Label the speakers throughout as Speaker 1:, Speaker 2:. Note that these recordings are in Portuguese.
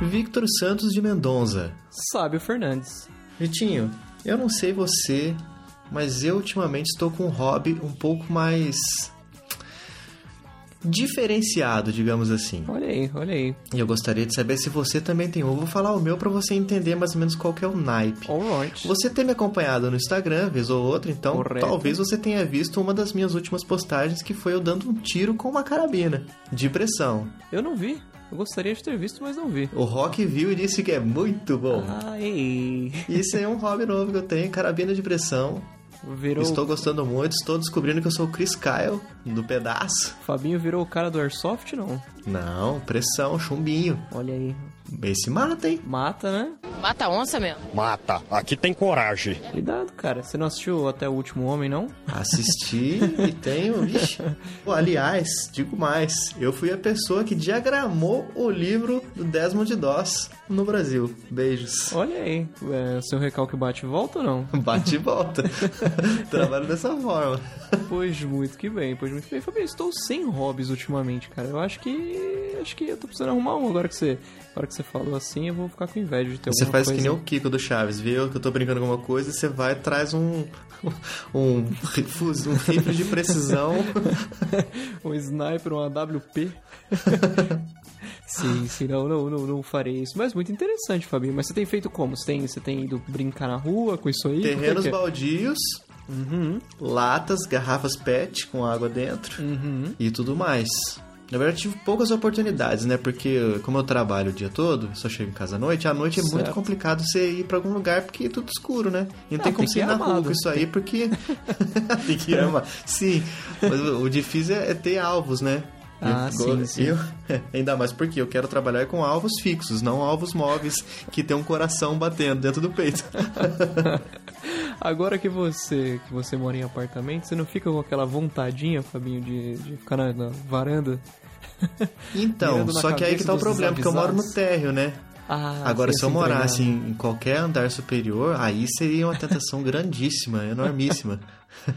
Speaker 1: Victor Santos de Mendonça.
Speaker 2: Sábio Fernandes.
Speaker 1: Vitinho, eu não sei você, mas eu ultimamente estou com um hobby um pouco mais diferenciado, digamos assim.
Speaker 2: Olha aí, olha aí.
Speaker 1: E eu gostaria de saber se você também tem um. Eu vou falar o meu para você entender mais ou menos qual que é o naipe.
Speaker 2: Alright.
Speaker 1: Você tem me acompanhado no Instagram, vez ou outra, então
Speaker 2: Correto.
Speaker 1: talvez você tenha visto uma das minhas últimas postagens que foi eu dando um tiro com uma carabina, de pressão.
Speaker 2: Eu não vi. Eu gostaria de ter visto, mas não vi.
Speaker 1: O Rock viu e disse que é muito bom.
Speaker 2: Ah, ei.
Speaker 1: Isso é um hobby novo que eu tenho, carabina de pressão.
Speaker 2: Virou.
Speaker 1: Estou gostando muito, estou descobrindo que eu sou o Chris Kyle, do pedaço.
Speaker 2: Fabinho virou o cara do Airsoft, não?
Speaker 1: Não, pressão, chumbinho.
Speaker 2: Olha aí.
Speaker 1: Esse mata, hein?
Speaker 2: Mata, né?
Speaker 3: Mata onça mesmo.
Speaker 4: Mata, aqui tem coragem.
Speaker 2: Cuidado, cara. Você não assistiu até o último homem, não?
Speaker 1: Assisti e tenho. Vixe. Pô, Aliás, digo mais, eu fui a pessoa que diagramou o livro do Desmond Doss no Brasil. Beijos.
Speaker 2: Olha aí. É, seu recalque bate e volta ou não?
Speaker 1: Bate e volta. Trabalho dessa forma.
Speaker 2: Pois muito que bem, pois muito que bem. Fabinho, estou sem hobbies ultimamente, cara. Eu acho que. Acho que eu tô precisando arrumar um agora que você. Agora que você falou assim, eu vou ficar com inveja de ter
Speaker 1: Você
Speaker 2: alguma
Speaker 1: faz
Speaker 2: coisa.
Speaker 1: que nem o Kiko do Chaves, viu? Que eu tô brincando com alguma coisa e você vai e traz um. um. fuz- um rifle de precisão.
Speaker 2: um sniper, um AWP. sim, sim, não, não, não, não farei isso. Mas muito interessante, Fabinho. Mas você tem feito como? Você tem, você tem ido brincar na rua com isso aí? Como é
Speaker 1: Terrenos
Speaker 2: que é? Uhum,
Speaker 1: baldios. Latas, garrafas PET com água dentro
Speaker 2: uhum.
Speaker 1: e tudo mais. Na verdade, tive poucas oportunidades, né? Porque, como eu trabalho o dia todo, só chego em casa à noite, à noite é muito
Speaker 2: Certo.
Speaker 1: complicado você ir pra algum lugar porque é tudo escuro, né? E não
Speaker 2: Ah,
Speaker 1: tem como
Speaker 2: tem
Speaker 1: você ir
Speaker 2: que ir
Speaker 1: na rua
Speaker 2: armado.
Speaker 1: com isso aí porque. tem que ir armado. Sim, mas o o difícil é é ter alvos, né?
Speaker 2: Ah,
Speaker 1: Eu-
Speaker 2: sim, sim.
Speaker 1: eu- ainda mais porque eu quero trabalhar com alvos fixos, não alvos móveis que tem um coração batendo dentro do peito.
Speaker 2: Agora que você, que você mora em apartamento, você não fica com aquela vontadinha, Fabinho, de, de ficar na, na varanda?
Speaker 1: Então,
Speaker 2: Mirando na
Speaker 1: só que aí que
Speaker 2: cabeça
Speaker 1: tá o
Speaker 2: dos
Speaker 1: problema, porque eu moro no
Speaker 2: desavisados.
Speaker 1: térreo, né?
Speaker 2: Ah,
Speaker 1: Agora,
Speaker 2: você
Speaker 1: se eu assim.
Speaker 2: entregar.
Speaker 1: morasse em, em qualquer andar superior, aí seria uma tentação grandíssima, enormíssima.
Speaker 2: Ah,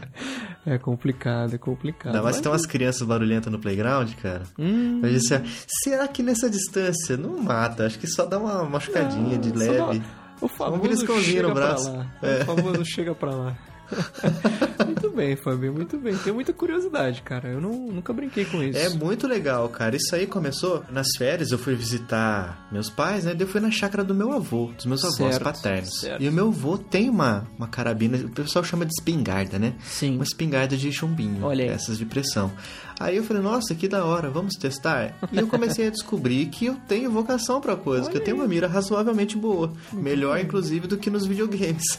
Speaker 2: É complicado, é complicado.
Speaker 1: Ainda mais
Speaker 2: Mas-
Speaker 1: que tem umas crianças barulhentas no playground, cara.
Speaker 2: Hum,
Speaker 1: Eu disse, ah, será que nessa distância não mata? Acho que só dá uma machucadinha de
Speaker 2: só
Speaker 1: leve.
Speaker 2: dá- O famoso
Speaker 1: beliscãozinho
Speaker 2: chega
Speaker 1: no braço. É.
Speaker 2: pra lá. O famoso chega pra lá. muito bem, Fabinho, muito bem. Tenho muita curiosidade, cara. Eu não, nunca brinquei com isso.
Speaker 1: É muito legal, cara. Isso aí começou nas férias. Eu fui visitar meus pais, né? Daí eu fui na chácara do meu avô, dos meus avós
Speaker 2: Certo,
Speaker 1: paternos.
Speaker 2: certo.
Speaker 1: E o meu avô tem uma, uma carabina, o pessoal chama de espingarda, né?
Speaker 2: Sim.
Speaker 1: Uma espingarda de chumbinho,
Speaker 2: Olha aí.
Speaker 1: peças de pressão. Aí eu falei, nossa, que da hora, vamos testar? E eu comecei a descobrir que eu tenho vocação pra coisa, que eu tenho uma mira razoavelmente boa. Melhor, inclusive, do que nos videogames.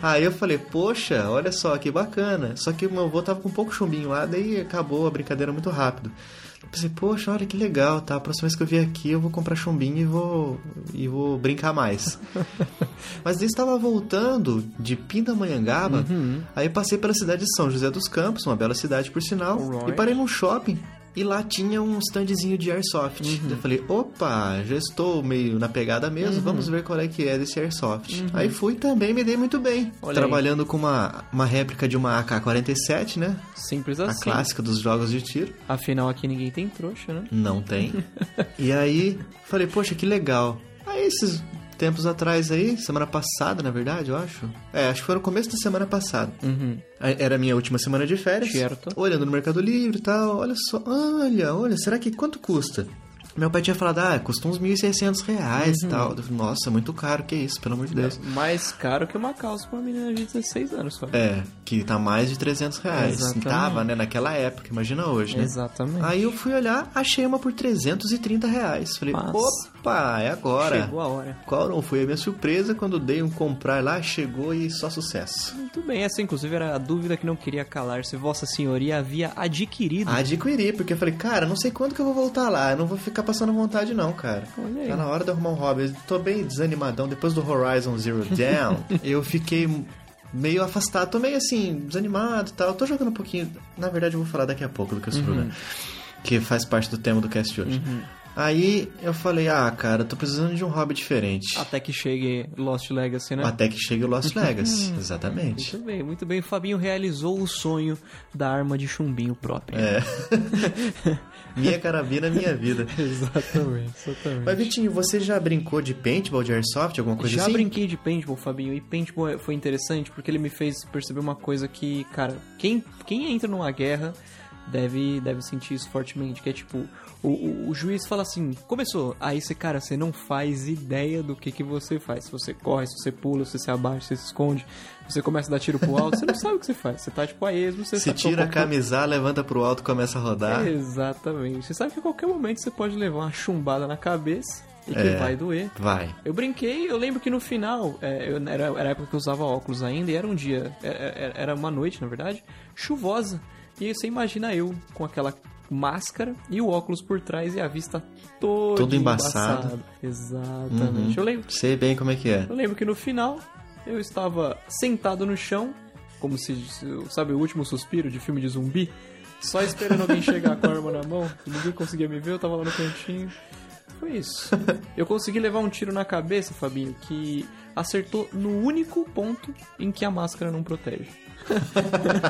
Speaker 1: Aí eu falei, poxa, olha só, que bacana. Só que o meu avô tava com pouco chumbinho lá, daí acabou a brincadeira muito rápido. Eu pensei, poxa, olha que legal, tá? A próxima vez que eu vier aqui eu vou comprar chumbinho e vou, e vou brincar mais. Mas eu estava voltando de Pindamonhangaba,
Speaker 2: Uhum.
Speaker 1: aí passei pela cidade de São José dos Campos, uma bela cidade por sinal,
Speaker 2: Alright.
Speaker 1: e parei num shopping. E lá tinha um standzinho de airsoft.
Speaker 2: Uhum.
Speaker 1: Eu falei, opa, já estou meio na pegada mesmo, vamos ver qual é que é desse airsoft. Aí fui também, me dei muito bem.
Speaker 2: Uhum. Olha aí.
Speaker 1: trabalhando com uma, uma réplica de uma AK-47, né?
Speaker 2: Simples
Speaker 1: A
Speaker 2: assim.
Speaker 1: clássica dos jogos de tiro.
Speaker 2: Afinal, aqui ninguém tem trouxa, né?
Speaker 1: Não tem. e aí, falei, poxa, que legal. Aí, esses tempos atrás aí, semana passada, na verdade, eu acho. É, acho que foi no começo da semana passada.
Speaker 2: Uhum.
Speaker 1: Aí, Era a minha última semana de férias.
Speaker 2: Certo.
Speaker 1: Olhando no Mercado Livre e tal, olha só, olha, olha, será que quanto custa? Meu pai tinha falado, ah, custa uns 1.600 reais e tal. Eu falei, Nossa, muito caro, que isso, pelo amor de
Speaker 2: É.
Speaker 1: Deus.
Speaker 2: Mais caro que uma calça pra uma menina de 16 anos, Fabinho.
Speaker 1: É, que tá mais de 300 reais.
Speaker 2: Exatamente.
Speaker 1: Tava, né, naquela época, imagina hoje, né?
Speaker 2: Exatamente.
Speaker 1: Aí eu fui olhar, achei uma por 330 reais. Falei,
Speaker 2: Mas-
Speaker 1: opa, é agora.
Speaker 2: Chegou a hora.
Speaker 1: Qual não foi a minha surpresa quando dei um comprar lá, chegou e só sucesso.
Speaker 2: Muito bem, essa inclusive era a dúvida que não queria calar se Vossa Senhoria havia adquirido.
Speaker 1: Adquiri, porque eu falei, cara, não sei quando que eu vou voltar lá, eu não vou ficar passando vontade não, cara.
Speaker 2: Olha aí.
Speaker 1: Tá na hora de arrumar um hobby. Eu tô bem desanimadão, depois do Horizon Zero Dawn, eu fiquei meio afastado, tô meio assim, desanimado e tal. Tô jogando um
Speaker 2: Uhum.
Speaker 1: né? pouquinho, na verdade eu vou falar daqui a pouco do que eu estou jogando, que faz parte do tema do cast de hoje. Aí eu falei, ah, cara, tô precisando de um hobby diferente.
Speaker 2: Até que chegue Lost Legacy, Ah, né? Uhum.
Speaker 1: Até que chegue o Lost Legacy, exatamente.
Speaker 2: Muito bem, muito bem. O Fabinho realizou o sonho da arma de chumbinho própria.
Speaker 1: É. minha carabina, minha vida.
Speaker 2: Exatamente, exatamente.
Speaker 1: Mas Vitinho, você já brincou de paintball, de airsoft, alguma coisa
Speaker 2: Já
Speaker 1: assim?
Speaker 2: brinquei de paintball, Fabinho, e paintball é- foi interessante porque ele me fez perceber uma coisa que, cara, quem, quem entra numa guerra deve, deve sentir isso fortemente, que é tipo, o, o- o juiz fala assim, começou, aí você, cara, você não faz ideia do que, que você faz, se você corre, se você pula, se você se abaixa, se você se esconde, você começa a dar tiro pro alto, você não sabe o que você faz, você tá tipo a esmo, você
Speaker 1: Se
Speaker 2: sabe que a
Speaker 1: tira a
Speaker 2: qualquer-
Speaker 1: camisar, levanta pro alto, começa a rodar.
Speaker 2: É Exatamente, você sabe que a qualquer momento você pode levar uma chumbada na cabeça e que
Speaker 1: É.
Speaker 2: vai doer.
Speaker 1: Vai.
Speaker 2: Eu brinquei, eu lembro que no final, é, eu- era, era a época que eu usava óculos ainda, e era um dia, é- é- era uma noite, na verdade, chuvosa. E você imagina eu com aquela máscara e o óculos por trás e a vista toda
Speaker 1: Todo embaçado. Uhum.
Speaker 2: embaçada. Exatamente. Eu lembro
Speaker 1: Sei bem como é que é.
Speaker 2: eu lembro que no final eu estava sentado no chão, como se, sabe, o último suspiro de filme de zumbi, só esperando alguém chegar com a arma na mão, e ninguém conseguia me ver, eu tava lá no cantinho. Foi isso. Eu consegui levar um tiro na cabeça, Fabinho, que acertou no único ponto em que a máscara não protege.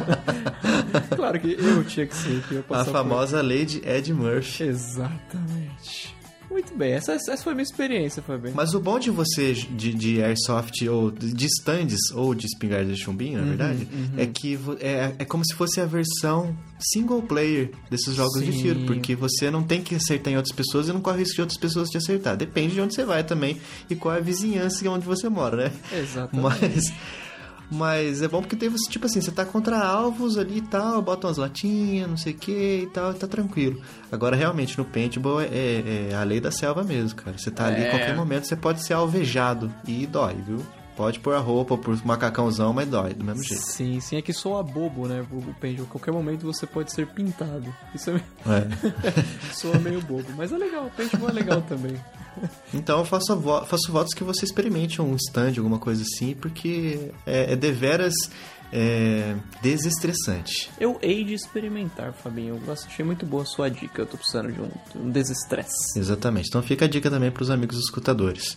Speaker 2: claro que eu tinha que ser, que eu ia
Speaker 1: A
Speaker 2: passar por-
Speaker 1: famosa Lady Ed Murphy.
Speaker 2: Exatamente. Muito bem, essa, essa foi a minha experiência, Fabinho.
Speaker 1: Mas o bom de você, de, de airsoft, ou de stands, ou de espingarda de chumbinho, na verdade, é que vo- é, é como se fosse a versão single player desses jogos de
Speaker 2: Sim.
Speaker 1: tiro, porque você não tem que acertar em outras pessoas e não corre risco de outras pessoas te acertar. Depende de onde você vai também e qual é a vizinhança e onde você mora, né?
Speaker 2: Exatamente.
Speaker 1: Mas, mas é bom porque teve, tipo assim, você tá contra alvos ali e tal, bota umas latinhas, não sei o que e tal, tá tranquilo. Agora, realmente, no paintball é, é a lei da selva mesmo, cara. Você tá ali,
Speaker 2: É.
Speaker 1: a qualquer momento você pode ser alvejado e dói, viu? Pode pôr a roupa, pôr o macacãozão, mas dói, do mesmo jeito.
Speaker 2: Sim, sim, é que soa bobo, né? O o pêndulo. A qualquer momento você pode ser pintado. Isso é meio...
Speaker 1: É.
Speaker 2: soa meio bobo, mas é legal, o pêndulo é legal também.
Speaker 1: Então, eu faço, vo- faço votos que você experimente um stand, alguma coisa assim, porque é, é deveras é, desestressante.
Speaker 2: Eu hei de experimentar, Fabinho. Eu achei muito boa a sua dica. Eu tô precisando de um, de um desestresse.
Speaker 1: Exatamente. Então fica a dica também para os amigos escutadores.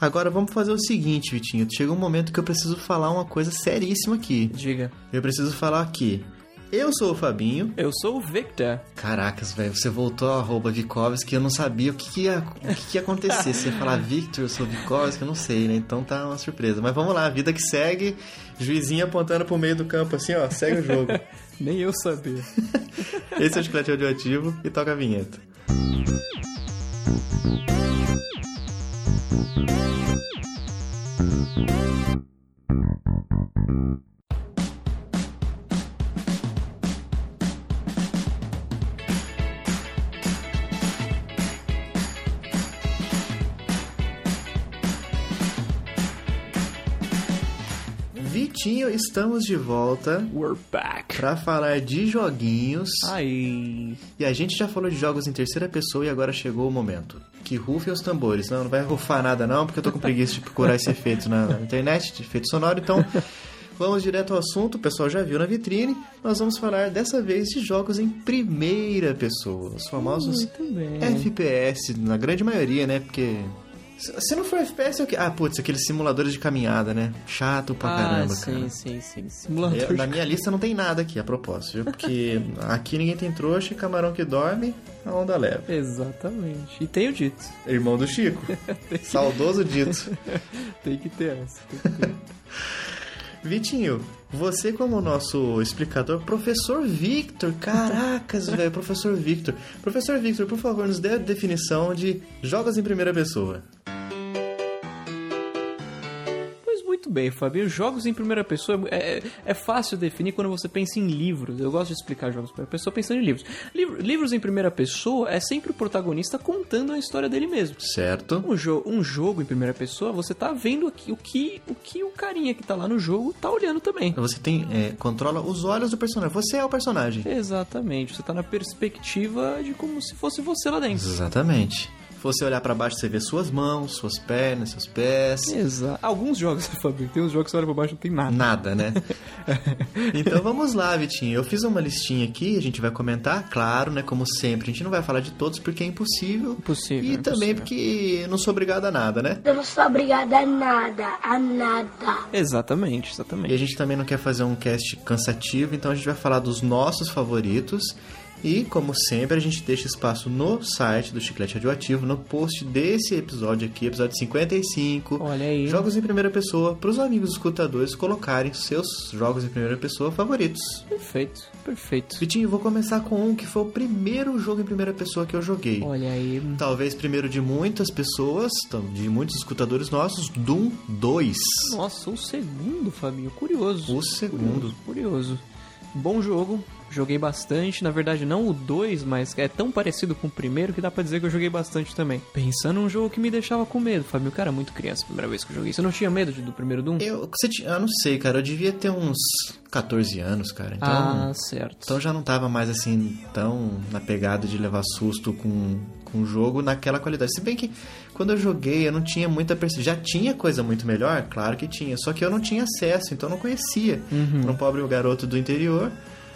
Speaker 1: Agora vamos fazer o seguinte, Vitinho. Chega um momento que eu preciso falar uma coisa seríssima aqui.
Speaker 2: Diga.
Speaker 1: Eu preciso falar aqui. Eu sou o Fabinho.
Speaker 2: Eu sou o Victor.
Speaker 1: Caracas, velho, você voltou à roupa de Kovis que eu não sabia o que, que ia, o que, que ia acontecer. Você ia falar Victor, eu sou Kovis, que eu não sei, né? Então tá uma surpresa. Mas vamos lá, a vida que segue. Juizinho apontando pro meio do campo assim, ó. Segue o jogo.
Speaker 2: Nem eu sabia.
Speaker 1: Esse é o Chiclete Audioativo e toca a vinheta. Vitinho, estamos de volta
Speaker 2: We're back.
Speaker 1: para falar de joguinhos.
Speaker 2: Ai.
Speaker 1: E a gente já falou de jogos em terceira pessoa e agora chegou o momento. Que rufem os tambores. Não, não vai rufar nada não, porque eu tô com preguiça de procurar esse efeito na na internet, de efeito sonoro. Então, vamos direto ao assunto. O pessoal já viu na vitrine. Nós vamos falar dessa vez de jogos em primeira pessoa. Os famosos
Speaker 2: Muito tá bem.
Speaker 1: É FPS, na grande maioria, né? Porque... se- Se não for FPS, é o quê? Ah, putz, aqueles simuladores de caminhada, né? Chato pra
Speaker 2: ah,
Speaker 1: caramba,
Speaker 2: sim,
Speaker 1: cara.
Speaker 2: sim, sim. É,
Speaker 1: Eu-
Speaker 2: Simulador.
Speaker 1: É, na minha lista não tem nada aqui, a propósito, viu? Porque aqui ninguém tem trouxa e camarão que dorme, a onda leva.
Speaker 2: Exatamente. E tenho dito.
Speaker 1: Irmão do Chico. Saudoso dito.
Speaker 2: Tem que ter essa. Tem que ter.
Speaker 1: Vitinho, você como nosso explicador, professor Victor, caracas, velho, professor Victor. Professor Victor, por favor, nos dê a definição de jogos em primeira pessoa.
Speaker 2: Pois muito bem, Fabinho. Jogos em primeira pessoa é, é- é fácil definir quando você pensa em livros. Eu gosto de explicar jogos em primeira pessoa pensando em livros. Livro- livros em primeira pessoa é sempre o protagonista contando a história dele mesmo.
Speaker 1: Certo?
Speaker 2: Um, jo- um jogo em primeira pessoa, você tá vendo aqui o que o, que o carinha que tá lá no jogo tá olhando também.
Speaker 1: Você tem, é, controla os olhos do personagem. Você é o personagem.
Speaker 2: Exatamente, você tá na perspectiva de como se fosse você lá dentro.
Speaker 1: Exatamente. você olhar pra baixo, você vê suas mãos, suas pernas, seus pés.
Speaker 2: Exato. Alguns jogos, Fabinho, tem uns jogos que você olha pra baixo e não tem nada.
Speaker 1: Nada, né? então vamos lá, Vitinho. Eu fiz uma listinha aqui, a gente vai comentar, claro, né? Como sempre, a gente não vai falar de todos porque é impossível.
Speaker 2: Impossível,
Speaker 1: E
Speaker 2: é
Speaker 1: também
Speaker 2: impossível.
Speaker 1: porque não sou obrigado a nada, né?
Speaker 3: Eu não sou obrigada a nada, a nada.
Speaker 2: Exatamente,
Speaker 1: E
Speaker 2: exatamente.
Speaker 1: a gente também não quer fazer um cast cansativo, então a gente vai falar dos nossos favoritos. E, como sempre, a gente deixa espaço no site do Chiclete Radioativo, no post desse episódio aqui, episódio 55.
Speaker 2: Olha aí.
Speaker 1: Jogos em primeira pessoa, para os amigos escutadores colocarem seus jogos em primeira pessoa favoritos.
Speaker 2: Perfeito, perfeito.
Speaker 1: Vitinho, vou começar com um que foi o primeiro jogo em primeira pessoa que eu joguei.
Speaker 2: Olha aí.
Speaker 1: Talvez primeiro de muitas pessoas, de muitos escutadores nossos, Doom 2.
Speaker 2: Nossa, o segundo, Fabinho, curioso.
Speaker 1: O segundo.
Speaker 2: Curioso. Bom jogo, joguei bastante. Na verdade, não o 2, mas é tão parecido com o primeiro que dá pra dizer que eu joguei bastante também. Pensando num jogo que me deixava com medo, Fabinho, cara, é muito criança, a primeira vez que eu joguei. Você não tinha medo de- do primeiro Doom?
Speaker 1: Eu, você tinha- eu não sei, cara. Eu devia ter uns 14 anos, cara. Então,
Speaker 2: Ah, certo.
Speaker 1: então já não tava mais assim, tão na pegada de levar susto com, com o jogo naquela qualidade. Se bem que quando eu joguei, eu não tinha muita percepção. Já tinha coisa muito melhor? Claro que tinha. Só que eu não tinha acesso, então eu não conhecia.
Speaker 2: Uhum.
Speaker 1: Era um pobre garoto do interior.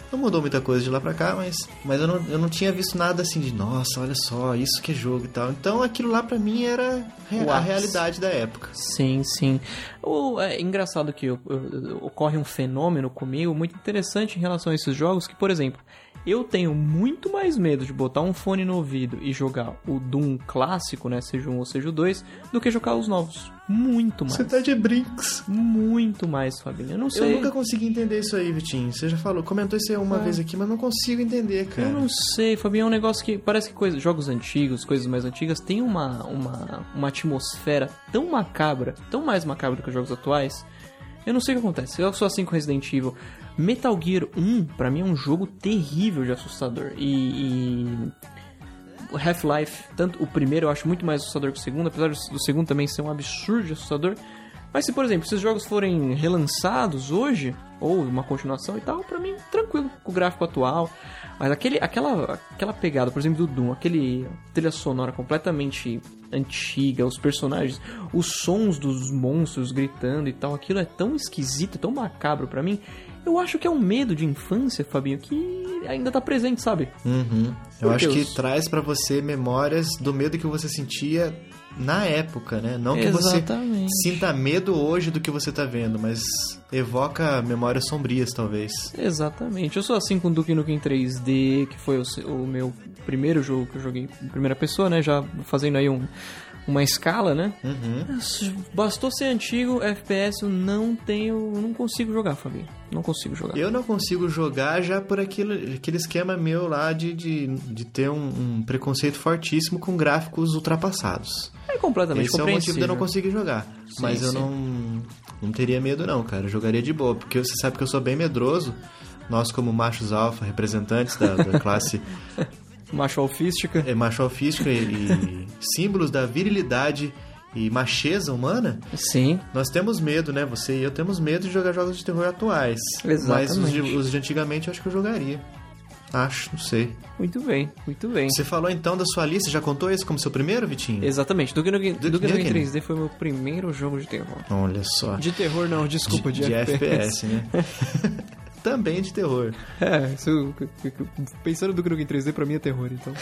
Speaker 1: Não mudou muita coisa de lá pra cá, mas, mas eu, não, eu não tinha visto nada assim de nossa, olha só, isso que é jogo e tal. Então aquilo lá pra mim era re-
Speaker 2: O
Speaker 1: a
Speaker 2: ápice.
Speaker 1: realidade da época.
Speaker 2: Sim, sim. O, é engraçado que o- o- ocorre um fenômeno comigo muito interessante em relação a esses jogos, que, por exemplo, eu tenho muito mais medo de botar um fone no ouvido e jogar o Doom clássico, né, seja um ou seja o 2, do que jogar os novos. Muito mais.
Speaker 1: tá de brinks.
Speaker 2: Muito mais, Fabinho. Eu não
Speaker 1: Eu
Speaker 2: sei.
Speaker 1: nunca consegui entender isso aí, Vitinho. Você já falou, comentou isso aí uma vez aqui, mas não consigo entender, cara.
Speaker 2: Ah. Eu não sei, Fabinho, é um negócio que parece que coisa, jogos antigos, coisas mais antigas, tem uma, uma, uma atmosfera tão macabra, tão mais macabra que os jogos atuais. Eu não sei o que acontece, eu sou assim com Resident Evil. Metal Gear 1, pra mim, é um jogo terrível de assustador. E. e o Half-Life, tanto o primeiro eu acho muito mais assustador que o segundo, apesar do do segundo também ser um absurdo de assustador. Mas se, por exemplo, esses jogos forem relançados hoje, ou uma continuação e tal, pra mim, tranquilo, com o gráfico atual. Mas aquele, aquela, aquela pegada, por exemplo, do Doom, aquele trilha sonora completamente antiga, os personagens, os sons dos monstros gritando e tal, aquilo é tão esquisito, tão macabro pra mim. Eu acho que é um medo de infância, Fabinho, que ainda tá presente, sabe?
Speaker 1: Uhum. Eu
Speaker 2: Por
Speaker 1: acho
Speaker 2: Deus.
Speaker 1: que traz pra você memórias do medo que você sentia na época, né? Não que
Speaker 2: Exatamente.
Speaker 1: você sinta medo hoje do que você tá vendo, mas evoca memórias sombrias, talvez.
Speaker 2: Exatamente. Eu sou assim com Duke Nukem 3D, que foi o, se- o meu primeiro jogo que eu joguei em primeira pessoa, né? Já fazendo aí um- uma escala, né?
Speaker 1: Hum. Uhum.
Speaker 2: Mas Bastou ser antigo, FPS eu não tenho, não consigo jogar, Fabinho. Não consigo jogar.
Speaker 1: Eu não consigo jogar já por aquilo, aquele esquema meu lá de, de, de ter um, um preconceito fortíssimo com gráficos ultrapassados.
Speaker 2: É completamente
Speaker 1: Esse é o motivo de eu não conseguir jogar. mas eu
Speaker 2: né? sim.
Speaker 1: não, não teria medo, não, cara. Eu jogaria de boa, porque você sabe que eu sou bem medroso. Nós, como machos alfa, representantes da, da classe
Speaker 2: Macho alfística.
Speaker 1: eh, macho alfística e, e símbolos da virilidade e macheza humana,
Speaker 2: Sim.
Speaker 1: nós temos medo, né? Você e eu temos medo de jogar jogos de terror atuais. Mas os de,
Speaker 2: Exatamente.
Speaker 1: os de antigamente eu acho que eu jogaria. Acho, não sei.
Speaker 2: Muito bem, muito bem.
Speaker 1: Você falou então da sua lista, já contou esse como seu primeiro, Vitinho?
Speaker 2: Exatamente. Duke Nukem,
Speaker 1: Duke
Speaker 2: Duke Nukem
Speaker 1: Nukem.
Speaker 2: 3D foi meu primeiro jogo de terror.
Speaker 1: Olha só.
Speaker 2: De terror não, desculpa, Tipo
Speaker 1: de
Speaker 2: de,
Speaker 1: FPS, né? Também de terror.
Speaker 2: É, isso, pensando do Krug em 3D pra mim é terror, então.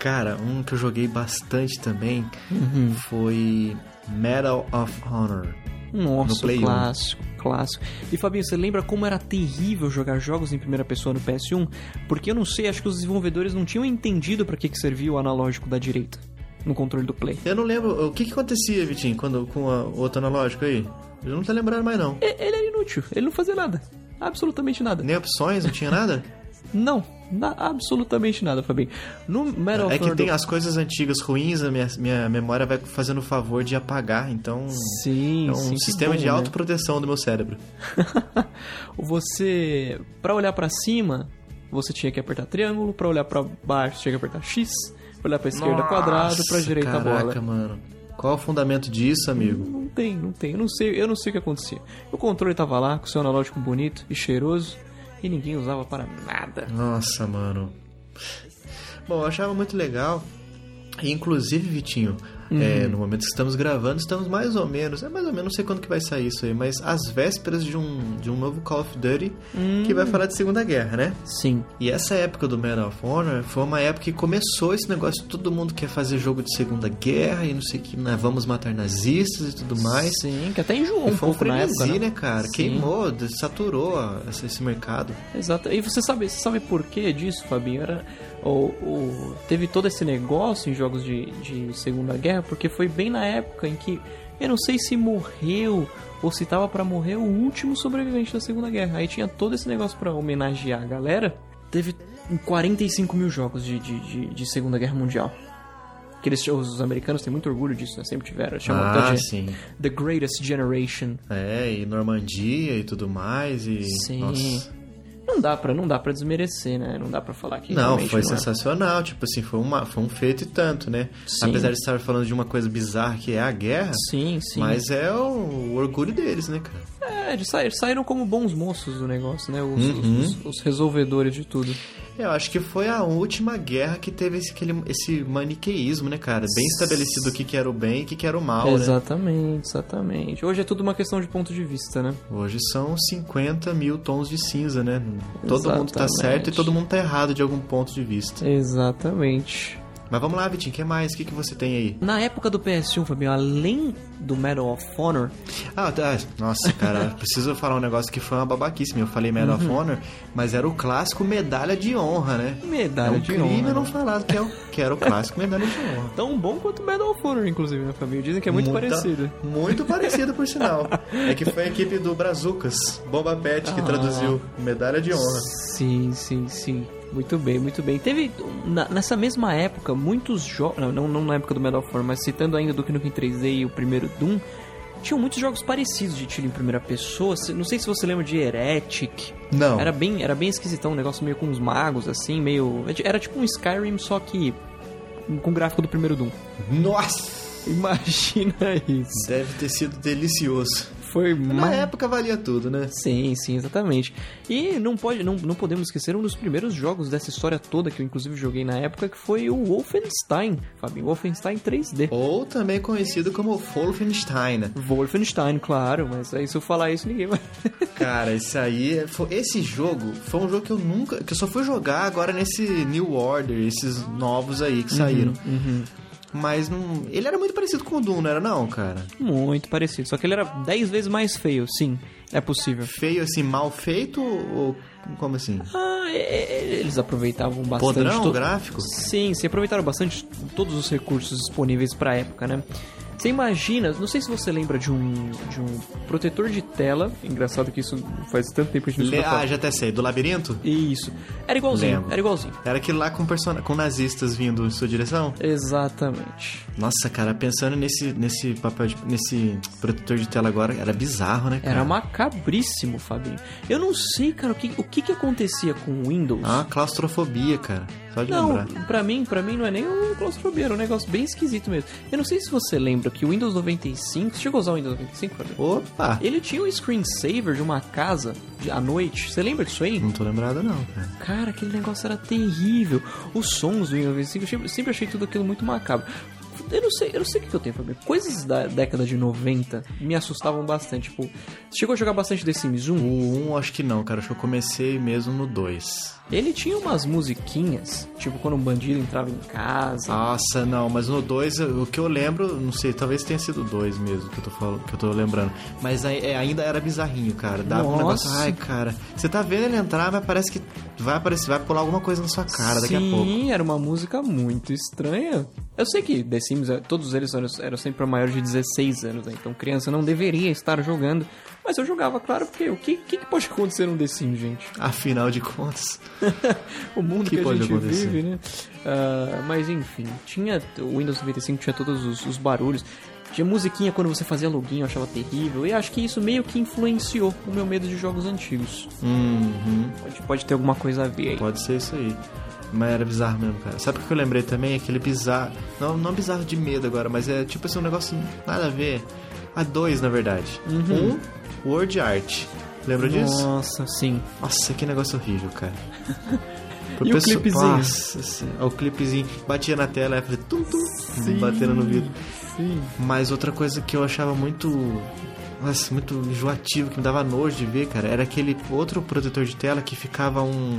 Speaker 1: Cara, um que eu joguei bastante também
Speaker 2: Uhum.
Speaker 1: foi Medal of Honor. No
Speaker 2: Nossa,
Speaker 1: Play um.
Speaker 2: clássico, clássico. E Fabinho, você lembra como era terrível jogar jogos em primeira pessoa no PS1? Porque eu não sei, acho que os desenvolvedores não tinham entendido pra que, que servia o analógico da direita no controle do Play.
Speaker 1: Eu não lembro o que, que acontecia, Vitinho, quando com a- o outro analógico aí. Eu não tô lembrando mais não.
Speaker 2: E- Ele era inútil, ele não fazia nada. Absolutamente nada.
Speaker 1: Nem opções, não tinha nada?
Speaker 2: Não, na- absolutamente nada, Fabinho. No Metal
Speaker 1: é que
Speaker 2: Honor do-
Speaker 1: tem as coisas antigas ruins, a minha, minha memória vai fazendo o favor de apagar, então.
Speaker 2: Sim,
Speaker 1: é um
Speaker 2: sim, que
Speaker 1: sistema
Speaker 2: bom,
Speaker 1: de
Speaker 2: né?
Speaker 1: autoproteção do meu cérebro.
Speaker 2: você pra olhar pra cima você tinha que apertar triângulo pra olhar pra baixo tinha que apertar x pra olhar pra esquerda quadrado pra
Speaker 1: Nossa,
Speaker 2: direita
Speaker 1: Caraca,
Speaker 2: bola
Speaker 1: mano. Qual o fundamento disso, amigo?
Speaker 2: não tem não tem eu não sei eu não sei o que acontecia o controle tava lá com o seu analógico bonito e cheiroso e ninguém usava para nada
Speaker 1: Nossa, mano. Bom, eu achava muito legal E, Inclusive, Vitinho,
Speaker 2: Uhum.
Speaker 1: é, no momento que estamos gravando, estamos mais ou menos, é mais ou menos, não sei quando que vai sair isso aí, mas às vésperas de um, de um novo Call of Duty que
Speaker 2: Hum.
Speaker 1: vai falar de Segunda Guerra, né?
Speaker 2: Sim.
Speaker 1: E essa época do Medal of Honor foi uma época que começou esse negócio, todo mundo quer fazer jogo de Segunda Guerra e não sei o que, né? vamos matar nazistas e tudo mais.
Speaker 2: Sim, que até enjoou
Speaker 1: E
Speaker 2: um
Speaker 1: foi um
Speaker 2: pouco na época.
Speaker 1: frenesi,
Speaker 2: né?
Speaker 1: né, cara?
Speaker 2: Sim.
Speaker 1: Queimou, saturou a- esse esse mercado.
Speaker 2: Exato. E você sabe, você sabe por que disso, Fabinho? Era, o, o- teve todo esse negócio em jogos de, de Segunda Guerra, porque foi bem na época em que eu não sei se morreu ou se tava pra morrer o último sobrevivente da Segunda Guerra. Aí tinha todo esse negócio pra homenagear a galera. Teve um 45 mil jogos de, de, de, de Segunda Guerra Mundial. Que eles, os americanos têm muito orgulho disso, né? Sempre tiveram. Chamam
Speaker 1: Ah,
Speaker 2: até de
Speaker 1: sim.
Speaker 2: The Greatest Generation.
Speaker 1: É, e Normandia e tudo mais. E...
Speaker 2: Sim.
Speaker 1: Nossa.
Speaker 2: Não dá pra não dá para desmerecer, né? Não dá pra falar que
Speaker 1: Não,
Speaker 2: realmente
Speaker 1: foi
Speaker 2: é.
Speaker 1: sensacional. Tipo assim, foi, uma, foi um feito e tanto, né?
Speaker 2: Sim.
Speaker 1: Apesar de estar falando de uma coisa bizarra que é a guerra,
Speaker 2: Sim, sim.
Speaker 1: mas é o, o orgulho deles, né, cara?
Speaker 2: É, eles saí- saíram como bons moços do negócio, né? Os,
Speaker 1: Uhum.
Speaker 2: os- os resolvedores de tudo.
Speaker 1: Eu acho que foi a última guerra que teve esse, aquele, esse maniqueísmo, né, cara? Bem estabelecido o que, que era o bem e o que, que era o mal, né?
Speaker 2: exatamente, exatamente. Hoje é tudo uma questão de ponto de vista, né?
Speaker 1: Hoje são 50 mil tons de cinza, né? Todo mundo tá
Speaker 2: Exatamente.
Speaker 1: certo e todo mundo tá errado de algum ponto de vista.
Speaker 2: Exatamente.
Speaker 1: Mas vamos lá, Vitinho, o que mais? O que, que você tem aí?
Speaker 2: Na época do PS1, Fabinho, além do Medal of Honor,
Speaker 1: Ah, tá. nossa, cara, preciso falar um negócio que foi uma babaquice. minha. Eu falei Medal
Speaker 2: Uhum.
Speaker 1: of Honor, mas era o clássico Medalha de Honra, né?
Speaker 2: Medalha
Speaker 1: é um
Speaker 2: de
Speaker 1: crime
Speaker 2: honra,
Speaker 1: eu não
Speaker 2: né?
Speaker 1: falar que, é o, que era o clássico Medalha de Honra.
Speaker 2: tão bom quanto o Medal of Honor, inclusive, né, Fabinho? Dizem que é muito
Speaker 1: Muita-
Speaker 2: parecido.
Speaker 1: Muito parecido, por sinal. É que foi a equipe do Brazucas, Bomba Pet, que
Speaker 2: Ah.
Speaker 1: traduziu Medalha de Honra.
Speaker 2: Sim, sim, sim. Muito bem, muito bem. Teve, na- nessa mesma época, muitos jogos... Não, não, não na época do Medal of Honor, mas citando ainda do Nukem 3D e o primeiro Doom, tinham muitos jogos parecidos de tiro em primeira pessoa. Se- Não sei se você lembra de Heretic.
Speaker 1: Não.
Speaker 2: Era bem, era bem esquisitão, um negócio meio com uns magos, assim, meio... Era tipo um Skyrim, só que com o gráfico do primeiro Doom.
Speaker 1: Nossa!
Speaker 2: Imagina isso.
Speaker 1: Deve ter sido delicioso.
Speaker 2: Foi
Speaker 1: Na
Speaker 2: maravilhoso.
Speaker 1: época valia tudo, né?
Speaker 2: Sim, sim, exatamente. E não, pode, não, não podemos esquecer um dos primeiros jogos dessa história toda que eu inclusive joguei na época, que foi o Wolfenstein, Fabinho. Wolfenstein 3D.
Speaker 1: Ou também conhecido como Wolfenstein. né?
Speaker 2: Wolfenstein, claro, mas aí se eu falar isso ninguém vai.
Speaker 1: Cara, esse aí. é- foi- Esse jogo foi um jogo que eu nunca. Que eu só fui jogar agora nesse New Order, esses novos aí
Speaker 2: Uhum,
Speaker 1: que saíram. Mas não. Ele era muito parecido com o Doom, não era não, cara?
Speaker 2: Muito parecido, só que ele era 10 vezes mais feio, sim, é possível.
Speaker 1: Feio assim, mal feito ou. Como assim?
Speaker 2: Ah, e- e- eles aproveitavam bastante.
Speaker 1: Podrão
Speaker 2: to-
Speaker 1: gráfico?
Speaker 2: Sim, se aproveitaram bastante todos os recursos disponíveis pra época, né? Você imagina, não sei se você lembra de um, de um protetor de tela. Engraçado que isso faz tanto tempo que a gente não
Speaker 1: Le-
Speaker 2: escuta
Speaker 1: Ah,
Speaker 2: falar.
Speaker 1: já até sei, do labirinto?
Speaker 2: Isso. Era igualzinho,
Speaker 1: Lembro.
Speaker 2: era igualzinho.
Speaker 1: Era aquele lá com, person... com nazistas vindo em sua direção?
Speaker 2: Exatamente.
Speaker 1: Nossa, cara, pensando nesse, nesse papel de. nesse protetor de tela agora, era bizarro, né, cara?
Speaker 2: Era macabríssimo, Fabinho. Eu não sei, cara, o que, o que, que acontecia com o Windows.
Speaker 1: Ah, claustrofobia, cara. Só de
Speaker 2: não,
Speaker 1: lembrar.
Speaker 2: pra mim, pra mim não é nem o claustrofobia, é um negócio bem esquisito mesmo. Eu não sei se você lembra que o Windows 95, você chegou a usar o Windows 95, Fabinho?
Speaker 1: Opa!
Speaker 2: Ele tinha um screensaver de uma casa de- à noite. Você lembra disso aí?
Speaker 1: Não tô lembrado, não, cara.
Speaker 2: Cara, aquele negócio era terrível. Os sons do Windows 95, eu sempre- sempre achei tudo aquilo muito macabro. Eu não sei, eu não sei o que que eu tenho, Fabinho. Coisas da década de 90 me assustavam bastante. Tipo, você chegou a jogar bastante The Sims 1?
Speaker 1: O 1 acho que não, cara. Acho que eu comecei mesmo no 2.
Speaker 2: Ele tinha umas musiquinhas, tipo quando um bandido entrava em casa.
Speaker 1: Nossa, não, mas no 2, o que eu lembro, não sei, talvez tenha sido o 2 mesmo que eu tô falando, que eu tô lembrando. Mas aí- é, ainda era bizarrinho, cara. Dava um negócio.
Speaker 2: Nossa.
Speaker 1: Ai, cara, você tá vendo ele entrar, mas parece que vai aparecer, vai pular alguma coisa na sua cara daqui a pouco.
Speaker 2: Sim, era uma música muito estranha. Eu sei que The Sims, eh, todos eles eram, eram sempre para maiores de 16 anos, né? Então criança não deveria estar jogando. Mas eu jogava, claro, porque o que, que, que pode acontecer num The Sims, gente?
Speaker 1: Afinal de contas.
Speaker 2: o mundo que,
Speaker 1: Que
Speaker 2: a
Speaker 1: pode
Speaker 2: gente
Speaker 1: acontecer.
Speaker 2: vive, né? Ah, mas enfim, tinha o Windows 95 tinha todos os, os barulhos. Tinha musiquinha quando você fazia login, eu achava terrível. E acho que isso meio que influenciou o meu medo de jogos antigos.
Speaker 1: Uhum,
Speaker 2: Pode, pode ter alguma coisa a ver aí.
Speaker 1: pode ser isso aí. Mas era bizarro mesmo, cara. Sabe o que eu lembrei também? Aquele bizarro. Não, não bizarro de medo agora, mas é tipo assim, um negócio nada a ver. A dois, na verdade. Um, Word Art. Lembra disso?
Speaker 2: Uhum. Nossa, sim.
Speaker 1: Nossa, que negócio horrível, cara. Pro
Speaker 2: E o
Speaker 1: pessoal-
Speaker 2: clipezinho?
Speaker 1: Nossa senhora, o clipezinho. Batia na tela, aí fazia tum tum, batendo no vidro.
Speaker 2: Sim.
Speaker 1: Mas outra coisa que eu achava muito. Nossa, muito enjoativo, que me dava nojo de ver, cara, era aquele outro protetor de tela que ficava um.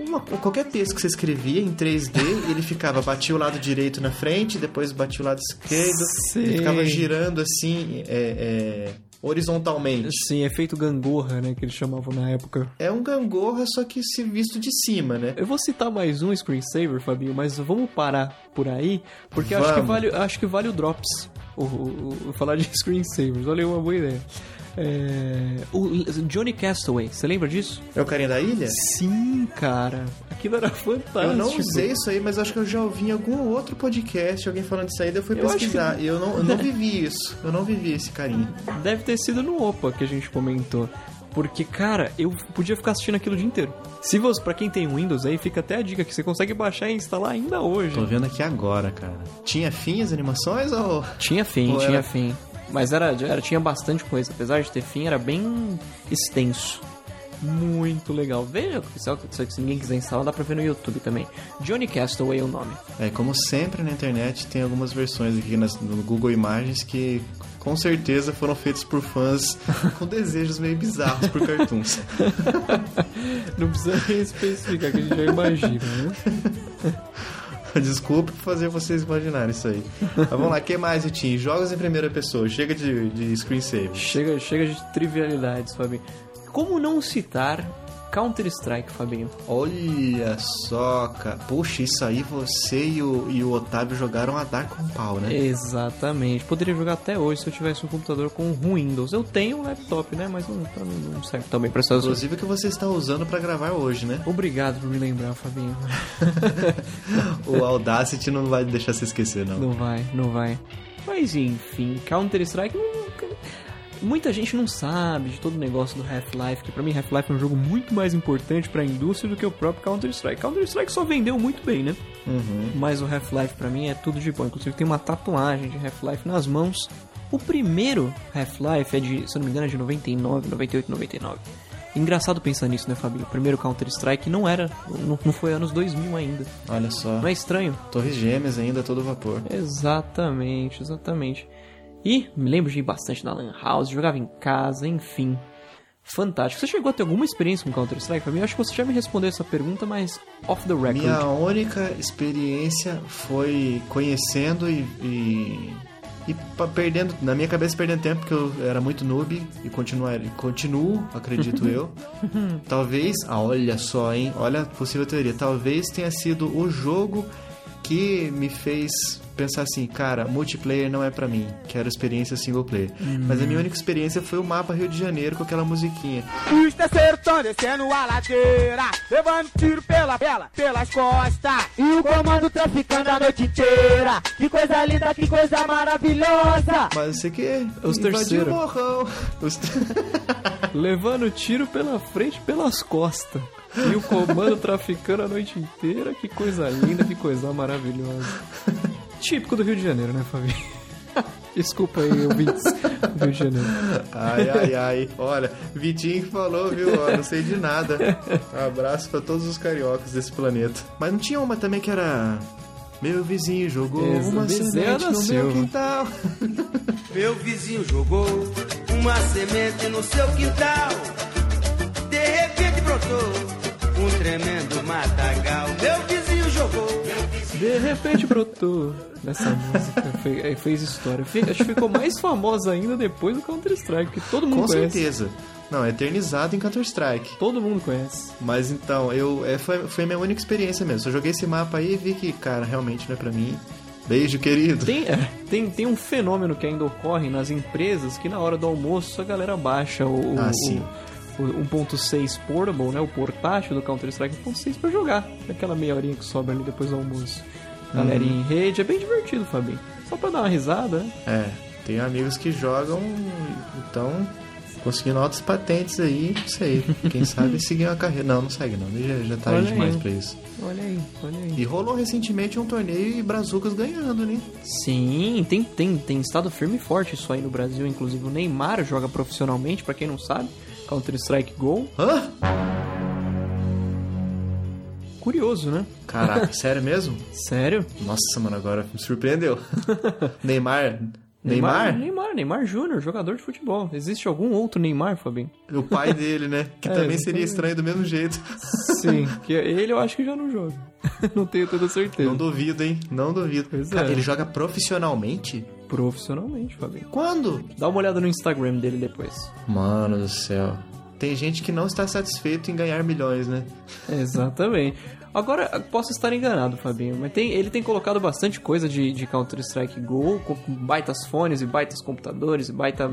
Speaker 1: uma- qualquer texto que você escrevia em 3D, ele ficava, batia o lado direito na frente, depois batia o lado esquerdo,
Speaker 2: Sei.
Speaker 1: ele ficava girando assim, é, é, horizontalmente.
Speaker 2: Sim, efeito gangorra, né? Que eles chamavam na época.
Speaker 1: É um gangorra, só que se visto de cima, né?
Speaker 2: Eu vou citar mais um screensaver, Fabinho, mas vamos parar por aí, porque acho que
Speaker 1: Vamos.
Speaker 2: vale, acho que vale o drops. O, o- o- falar de screensavers, olha aí uma boa ideia. É, o Johnny Castaway, você lembra disso?
Speaker 1: É o carinha da ilha?
Speaker 2: Sim, cara. Aquilo era fantástico.
Speaker 1: Eu não usei isso aí, mas acho que eu já ouvi em algum outro podcast alguém falando disso aí, daí eu fui
Speaker 2: Eu acho
Speaker 1: pesquisar. E eu não, eu não vivi isso. Eu não vivi esse carinha.
Speaker 2: Deve ter sido no Opa que a gente comentou. Porque, cara, eu podia ficar assistindo aquilo o dia inteiro. Se você, pra quem tem Windows aí, fica até a dica que você consegue baixar e instalar ainda hoje.
Speaker 1: Tô vendo aqui agora, cara. Tinha fim as animações ou.
Speaker 2: Tinha fim,
Speaker 1: Ou
Speaker 2: tinha
Speaker 1: era-
Speaker 2: fim. Mas era, era- tinha bastante coisa. Apesar de ter fim, era bem extenso. Muito legal. Veja, se, se- se ninguém quiser instalar, dá pra ver no YouTube também. Johnny Castaway é o nome.
Speaker 1: É, como sempre na internet, tem algumas versões aqui nas- no Google Imagens que com certeza foram feitas por fãs com desejos meio bizarros por cartoons.
Speaker 2: Não precisa nem especificar, que a gente já imagina, né?
Speaker 1: Desculpa por fazer vocês imaginarem isso aí. Mas vamos lá, que mais, Vitinho? Jogos em primeira pessoa, chega de, de screensaver.
Speaker 2: Chega, chega de trivialidades, Fabinho. Como não citar Counter-Strike, Fabinho?
Speaker 1: Olha só, cara. Poxa, isso aí você e o, e o Otávio jogaram a dar com pau,
Speaker 2: É.
Speaker 1: né?
Speaker 2: Exatamente. Poderia jogar até hoje se eu tivesse um computador com um Windows. Eu tenho um laptop, né? Mas não, pra mim não serve também pra essas
Speaker 1: Inclusive o que você está usando pra gravar hoje, né?
Speaker 2: Obrigado por me lembrar, Fabinho.
Speaker 1: O Audacity não vai deixar você esquecer, não.
Speaker 2: Não vai, não vai. Mas enfim, Counter-Strike nunca. Muita gente não sabe de todo o negócio do Half-Life, que pra mim Half-Life é um jogo muito mais importante pra indústria do que o próprio Counter-Strike. Counter-Strike só vendeu muito bem, né? Mas o Half-Life pra mim é tudo de bom. Inclusive tem uma tatuagem de Half-Life nas mãos. O primeiro Half-Life é de, se eu não me engano, é de 99, 98, 99. Engraçado pensar nisso, né, Fabinho? O primeiro Counter-Strike não era, não, não foi anos 2000 ainda.
Speaker 1: Olha só.
Speaker 2: Não é estranho?
Speaker 1: Torres Gêmeas ainda, todo vapor.
Speaker 2: Exatamente, exatamente. E me lembro de ir bastante na Lan House, jogava em casa, enfim. Fantástico. Você chegou a ter alguma experiência com Counter-Strike? Pra mim, Eu acho que você já me respondeu essa pergunta, mas off the record.
Speaker 1: Minha única experiência foi conhecendo e. e... e pa- perdendo, na minha cabeça perdendo tempo, porque eu era muito noob e continuar, e continuo, acredito eu. Talvez, ah, olha só, hein? Olha a possível teoria. Talvez tenha sido o jogo que me fez pensar assim, cara, multiplayer não é pra mim. Quero experiência single player.
Speaker 2: Uhum.
Speaker 1: Mas a minha única experiência foi o mapa Rio de Janeiro com aquela musiquinha.
Speaker 5: Os terceiros estão descendo a ladeira, levando tiro pela vela, pelas costas. E o comando traficando a noite inteira. Que coisa linda, que coisa maravilhosa.
Speaker 1: Mas eu sei que
Speaker 2: Os
Speaker 1: invadiu o
Speaker 2: terceiro.
Speaker 1: morrão. Os
Speaker 2: Levando tiro pela frente e pelas costas. E o comando traficando a noite inteira. Que coisa linda, que coisa maravilhosa. Típico do Rio de Janeiro, né, Fabinho? Desculpa aí, ouvintes do Rio de Janeiro.
Speaker 1: Ai, ai, ai. Olha, Vitinho que falou, viu? Ó, não sei de nada. Abraço pra todos os cariocas desse planeta. Mas não tinha uma também que era. Meu vizinho jogou
Speaker 2: Isso,
Speaker 1: uma
Speaker 2: Bezerra
Speaker 1: semente
Speaker 2: da
Speaker 1: no
Speaker 2: Silva.
Speaker 1: meu quintal.
Speaker 6: Meu vizinho jogou uma semente no seu quintal. De repente brotou um tremendo matagal. Meu vizinho jogou.
Speaker 2: De repente brotou nessa música. Fe- eh, fez história. Fe- Acho que ficou mais famosa ainda depois do Counter-Strike, que todo mundo
Speaker 1: Com
Speaker 2: conhece.
Speaker 1: certeza. Não, é eternizado em Counter-Strike.
Speaker 2: Todo mundo conhece.
Speaker 1: Mas então, eu é, foi, foi minha única experiência mesmo. Eu joguei esse mapa aí e vi que, cara, realmente não é pra mim. Beijo, querido.
Speaker 2: Tem, é, tem, tem um fenômeno que ainda ocorre nas empresas que na hora do almoço a galera baixa o, o-
Speaker 1: Ah, sim.
Speaker 2: o, o 1.6 portable, né, o portátil do Counter-Strike 1.6 pra jogar. Aquela meia horinha que sobra ali depois do almoço. Galera
Speaker 1: Uhum.
Speaker 2: em rede, é bem divertido, Fabinho. Só pra dar uma risada, né?
Speaker 1: É, tenho amigos que jogam, então conseguindo altas patentes aí, não sei. Quem sabe seguir uma carreira. Não, não segue não, já, já tá
Speaker 2: Olha
Speaker 1: aí demais
Speaker 2: aí.
Speaker 1: pra isso.
Speaker 2: Olha aí, olha aí.
Speaker 1: E rolou recentemente um torneio e Brazucas ganhando, né?
Speaker 2: Sim, tem, tem, tem estado firme e forte isso aí no Brasil. Inclusive o Neymar joga profissionalmente, pra quem não sabe. Counter-Strike Go.
Speaker 1: Hã?
Speaker 2: curioso, né?
Speaker 1: Caraca, sério mesmo?
Speaker 2: Sério?
Speaker 1: Nossa, mano, agora me surpreendeu. Neymar. Neymar?
Speaker 2: Neymar, Neymar Júnior, jogador de futebol. Existe algum outro Neymar, Fabinho?
Speaker 1: O pai dele, né? Que
Speaker 2: É,
Speaker 1: também seria
Speaker 2: exatamente.
Speaker 1: estranho do mesmo jeito.
Speaker 2: Sim, que ele eu acho que já não joga. não tenho toda certeza.
Speaker 1: Não duvido, hein? Não duvido.
Speaker 2: Pois
Speaker 1: Cara,
Speaker 2: é.
Speaker 1: ele joga profissionalmente?
Speaker 2: Profissionalmente, Fabinho.
Speaker 1: Quando?
Speaker 2: Dá uma olhada no Instagram dele depois.
Speaker 1: Mano do céu. Tem gente que não está satisfeito em ganhar milhões, né?
Speaker 2: Exatamente. Agora, posso estar enganado, Fabinho, mas tem, ele tem colocado bastante coisa de, de Counter-Strike Go, com baitas fones e baitas computadores e baita.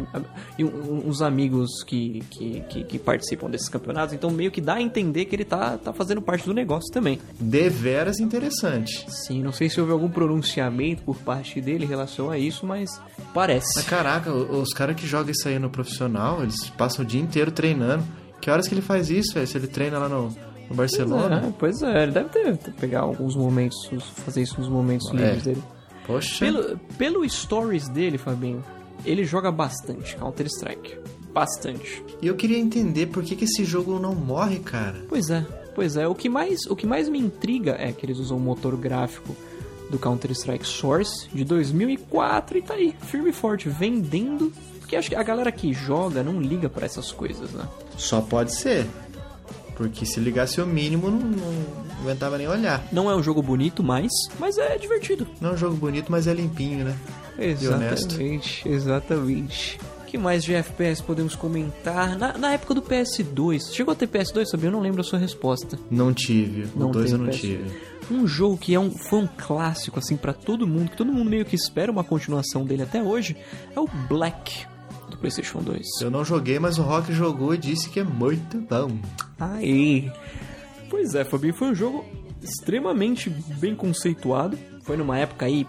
Speaker 2: e um- uns amigos que, que, que, que participam desses campeonatos, então meio que dá a entender que ele tá, tá fazendo parte do negócio também.
Speaker 1: Deveras interessante.
Speaker 2: Sim, não sei se houve algum pronunciamento por parte dele em relação a isso, mas
Speaker 1: Mas
Speaker 2: parece.
Speaker 1: Ah, caraca, o- os caras que jogam isso aí no profissional, eles passam o dia inteiro treinando. Que horas que ele faz isso, velho? Se ele treina lá no, no Barcelona?
Speaker 2: É, pois é, ele deve ter, ter pegar alguns momentos, fazer isso nos momentos livres dele.
Speaker 1: Poxa.
Speaker 2: é. Pelo, pelo stories dele, Fabinho, ele joga bastante Counter-Strike. Bastante.
Speaker 1: E eu queria entender por que, que esse jogo não morre, cara.
Speaker 2: Pois é, pois é. O que mais, o que mais me intriga é que eles usam o motor gráfico do Counter-Strike Source de 2004 e tá aí, firme e forte, vendendo. Porque acho que a galera que joga não liga pra essas coisas, né?
Speaker 1: Só pode ser. Porque se ligasse o mínimo, não, não aguentava nem olhar.
Speaker 2: Não é um jogo bonito, mas, mas é divertido.
Speaker 1: Não é um jogo bonito, mas é limpinho, né? honesto.
Speaker 2: Exatamente, exatamente. que mais de FPS podemos comentar? Na, na época do PS2, chegou a ter PS2, sabia? Eu não lembro a sua resposta.
Speaker 1: Não tive.
Speaker 2: Não
Speaker 1: o 2 eu
Speaker 2: tem
Speaker 1: não
Speaker 2: PS2.
Speaker 1: tive.
Speaker 2: Um jogo que é um, foi um clássico, assim, pra todo mundo, que todo mundo meio que espera uma continuação dele até hoje, é o Black, do PlayStation 2.
Speaker 1: Eu não joguei, mas o Rock jogou e disse que é muito bom.
Speaker 2: Aí. Pois é, Fabinho, foi um jogo extremamente bem conceituado. Foi numa época aí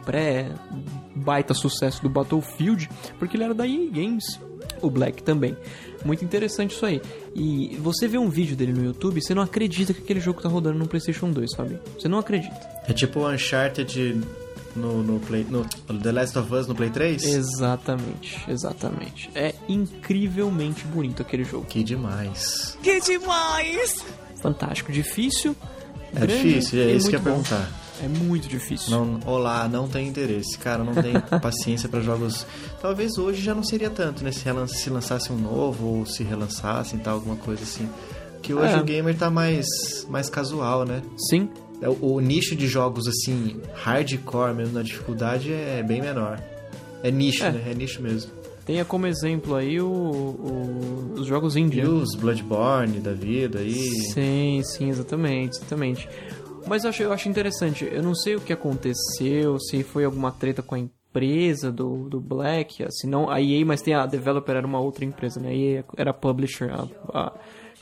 Speaker 2: pré-baita sucesso do Battlefield, porque ele era da EA Games, o Black também. Muito interessante isso aí. E você vê um vídeo dele no YouTube, você não acredita que aquele jogo tá rodando no PlayStation 2, Fabinho. Você não acredita.
Speaker 1: É tipo o Uncharted no, no, Play, no The Last of Us no Play 3?
Speaker 2: Exatamente, exatamente. É incrivelmente bonito aquele jogo.
Speaker 1: Que demais.
Speaker 2: Fantástico, difícil.
Speaker 1: É
Speaker 2: grande
Speaker 1: difícil, é
Speaker 2: e
Speaker 1: isso que eu ia
Speaker 2: muito bom.
Speaker 1: perguntar.
Speaker 2: É muito difícil.
Speaker 1: Não, olá, não tem interesse, cara, não tem paciência pra jogos. Talvez hoje já não seria tanto, né? Se, relan- se lançasse um novo ou se relançassem, tal, alguma coisa assim. Que hoje
Speaker 2: É.
Speaker 1: o gamer tá mais, mais casual, né?
Speaker 2: Sim,
Speaker 1: É, O, o nicho de jogos assim, hardcore mesmo, na dificuldade é bem menor. É nicho,
Speaker 2: É.
Speaker 1: né? É nicho mesmo.
Speaker 2: Tenha como exemplo aí o, o- os jogos
Speaker 1: E
Speaker 2: indie. né?
Speaker 1: os Bloodborne da vida aí.
Speaker 2: Sim, sim, exatamente, exatamente. Mas eu acho, eu acho interessante, eu não sei o que aconteceu, se foi alguma treta com a empresa do, do Black, ah, se não, a EA, mas tem a developer era uma outra empresa, né? A EA era a publisher, a- a-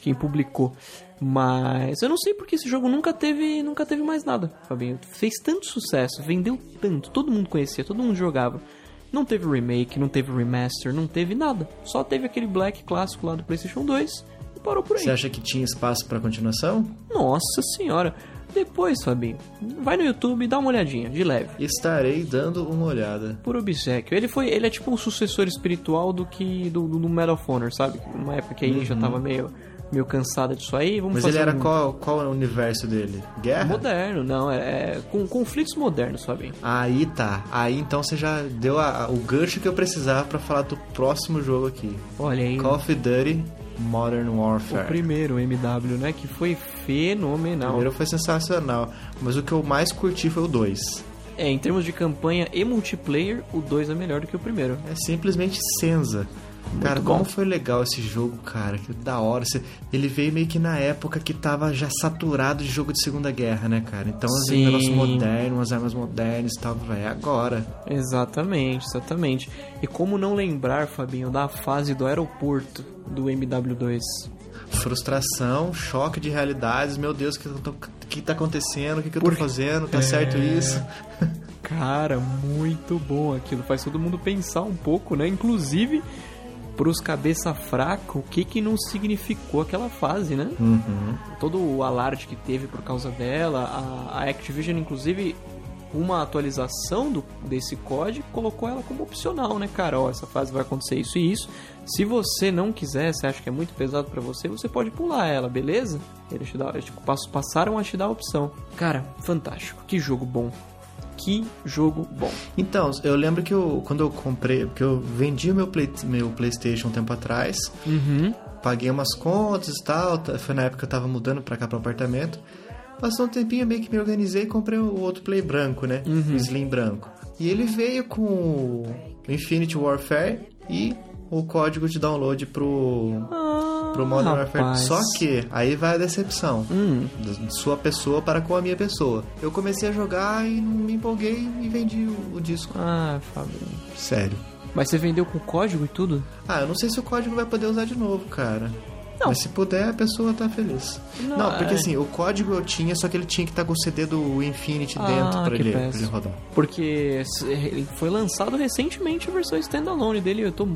Speaker 2: quem publicou. Mas eu não sei porque esse jogo nunca teve, nunca teve mais nada, Fabinho. Fez tanto sucesso, vendeu tanto, todo mundo conhecia, todo mundo jogava. Não teve remake, não teve remaster, não teve nada. Só teve aquele Black clássico lá do PlayStation 2 e parou por aí.
Speaker 1: Você acha que tinha espaço pra continuação?
Speaker 2: Nossa senhora. Depois, Fabinho, vai no YouTube e dá uma olhadinha, de leve.
Speaker 1: Estarei dando uma olhada.
Speaker 2: Por obsequio. Ele foi. Ele é tipo um sucessor espiritual do que. do, do Medal of Honor, sabe? Uma época que aí já tava meio, meio cansada disso aí. Vamos
Speaker 1: Mas
Speaker 2: fazer
Speaker 1: ele era
Speaker 2: um...
Speaker 1: qual, qual é o universo dele? Guerra?
Speaker 2: Moderno, não. É, é, com conflitos modernos, Fabinho.
Speaker 1: Aí tá. Aí então você já deu a- a- o gancho que eu precisava pra falar do próximo jogo aqui.
Speaker 2: Olha aí.
Speaker 1: Call of Duty Modern
Speaker 2: O
Speaker 1: Warfare.
Speaker 2: primeiro MW, né? Que foi
Speaker 1: O
Speaker 2: fenomenal.
Speaker 1: primeiro foi sensacional, mas o que eu mais curti foi o 2.
Speaker 2: É, em termos de campanha e multiplayer, o 2 é melhor do que o primeiro.
Speaker 1: É simplesmente senza. Cara,
Speaker 2: bom.
Speaker 1: como foi legal esse jogo, cara. Que da hora. Você- Ele veio meio que na época que tava já saturado de jogo de Segunda Guerra, né, cara? Então, assim,
Speaker 2: Sim.
Speaker 1: um negócio moderno, umas armas modernas e tal. Vai, é agora.
Speaker 2: Exatamente, exatamente. E como não lembrar, Fabinho, da fase do aeroporto do MW2?
Speaker 1: frustração, choque de realidades. Meu Deus, o que, eu tô- que tá acontecendo? O que, que eu tô fazendo?
Speaker 2: É.
Speaker 1: Tá certo isso?
Speaker 2: Cara, muito bom aquilo. Faz todo mundo pensar um pouco, né? Inclusive, pros cabeça fraca, o que que não significou aquela fase, né? Todo o alarde que teve por causa dela, a, a Activision, inclusive, uma atualização do, desse código colocou ela como opcional, né, cara? Ó, essa fase vai acontecer isso e isso. Se você não quiser, você acha que é muito pesado pra você, você pode pular ela, beleza? Eles te dá, eles te pass- passaram a te dar a opção. Cara, fantástico. Que jogo bom. Que jogo bom.
Speaker 1: Então, eu lembro que eu, quando eu comprei, porque eu vendi o meu, play, meu PlayStation um tempo atrás,
Speaker 2: Uhum.
Speaker 1: paguei umas contas e tal, tá- foi na época que eu tava mudando pra cá pro apartamento. Passou um tempinho, meio que me organizei e comprei o outro Play branco, né?
Speaker 2: Uhum.
Speaker 1: O Slim branco. E ele veio com o Infinity Warfare e o código de download pro, pro Modern Warfare.
Speaker 2: Ah, rapaz.
Speaker 1: Só que aí vai a decepção
Speaker 2: Hum.
Speaker 1: da sua pessoa para com a minha pessoa. Eu comecei a jogar e não me empolguei e vendi o, o disco.
Speaker 2: Ah, Fábio.
Speaker 1: Sério.
Speaker 2: Mas você vendeu com código e tudo?
Speaker 1: Ah, eu não sei se o código vai poder usar de novo, cara.
Speaker 2: Não.
Speaker 1: Mas se puder, a pessoa tá feliz.
Speaker 2: Não,
Speaker 1: Não, porque
Speaker 2: é.
Speaker 1: assim, o código eu tinha, só que ele tinha que estar com o CD do Infinity
Speaker 2: Ah,
Speaker 1: dentro pra
Speaker 2: que
Speaker 1: ele, pra
Speaker 2: péssimo.
Speaker 1: ele rodar.
Speaker 2: Porque se- ele foi lançado recentemente a versão standalone dele e eu tô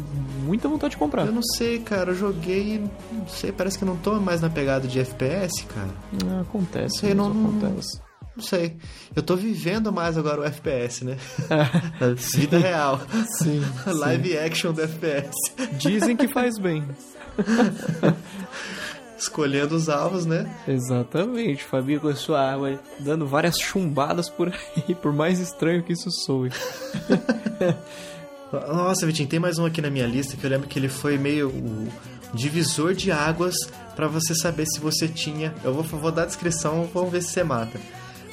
Speaker 2: muita vontade de comprar.
Speaker 1: Eu não sei, cara, eu joguei, não sei, parece que eu não tô mais na pegada de FPS, cara.
Speaker 2: Ah, acontece,
Speaker 1: Sei,
Speaker 2: mesmo,
Speaker 1: não-
Speaker 2: acontece.
Speaker 1: Não sei. Eu tô vivendo mais agora o FPS, né? Na vida real.
Speaker 2: É, Sim.
Speaker 1: Live action do FPS.
Speaker 2: Dizem que faz bem.
Speaker 1: Escolhendo os alvos, né?
Speaker 2: Exatamente, Fabinho com a sua arma dando várias chumbadas por aí, por mais estranho que isso soe.
Speaker 1: Nossa, Vitinho, tem mais um aqui na minha lista que eu lembro que ele foi meio o divisor de águas pra você saber se você tinha. Eu vou, vou dar a descrição, vamos ver se você mata.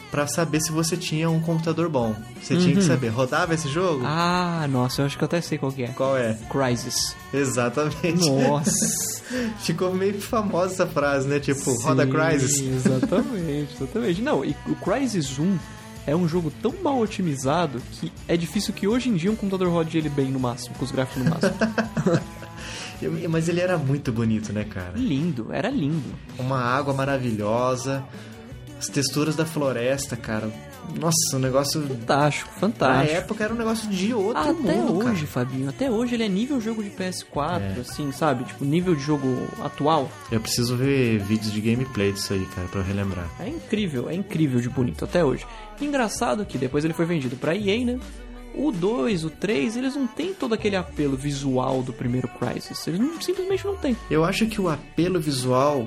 Speaker 1: Pra saber se você tinha um computador bom. Você tinha que saber. Rodava esse jogo?
Speaker 2: Uhum. Ah, nossa, eu acho que eu até sei qual que é.
Speaker 1: Qual é?
Speaker 2: Crisis.
Speaker 1: Exatamente.
Speaker 2: Nossa.
Speaker 1: Ficou meio famosa essa frase, né? Tipo, roda
Speaker 2: Sim,
Speaker 1: Crisis.
Speaker 2: Exatamente, exatamente. Não, e o Crysis 1 é um jogo tão mal otimizado que é difícil que hoje em dia um computador rode ele bem no máximo, com os gráficos no máximo.
Speaker 1: Eu- Mas ele era muito bonito, né, cara?
Speaker 2: lindo, era lindo.
Speaker 1: Uma água maravilhosa, as texturas da floresta, cara. Nossa, o negócio.
Speaker 2: Fantástico,
Speaker 1: Na
Speaker 2: fantástico.
Speaker 1: época era um negócio de outro
Speaker 2: Ah, até
Speaker 1: mundo, cara. É.
Speaker 2: hoje, Fabinho, até hoje ele é nível jogo de PS4, assim, sabe? Tipo, nível de jogo atual.
Speaker 1: Eu preciso ver vídeos de gameplay disso aí, cara, pra eu relembrar.
Speaker 2: É incrível, é incrível de bonito até hoje. Engraçado que depois ele foi vendido pra EA, né? O 2, o 3, eles não têm todo aquele apelo visual do primeiro Crysis. Eles não- simplesmente não têm.
Speaker 1: Eu acho que o apelo visual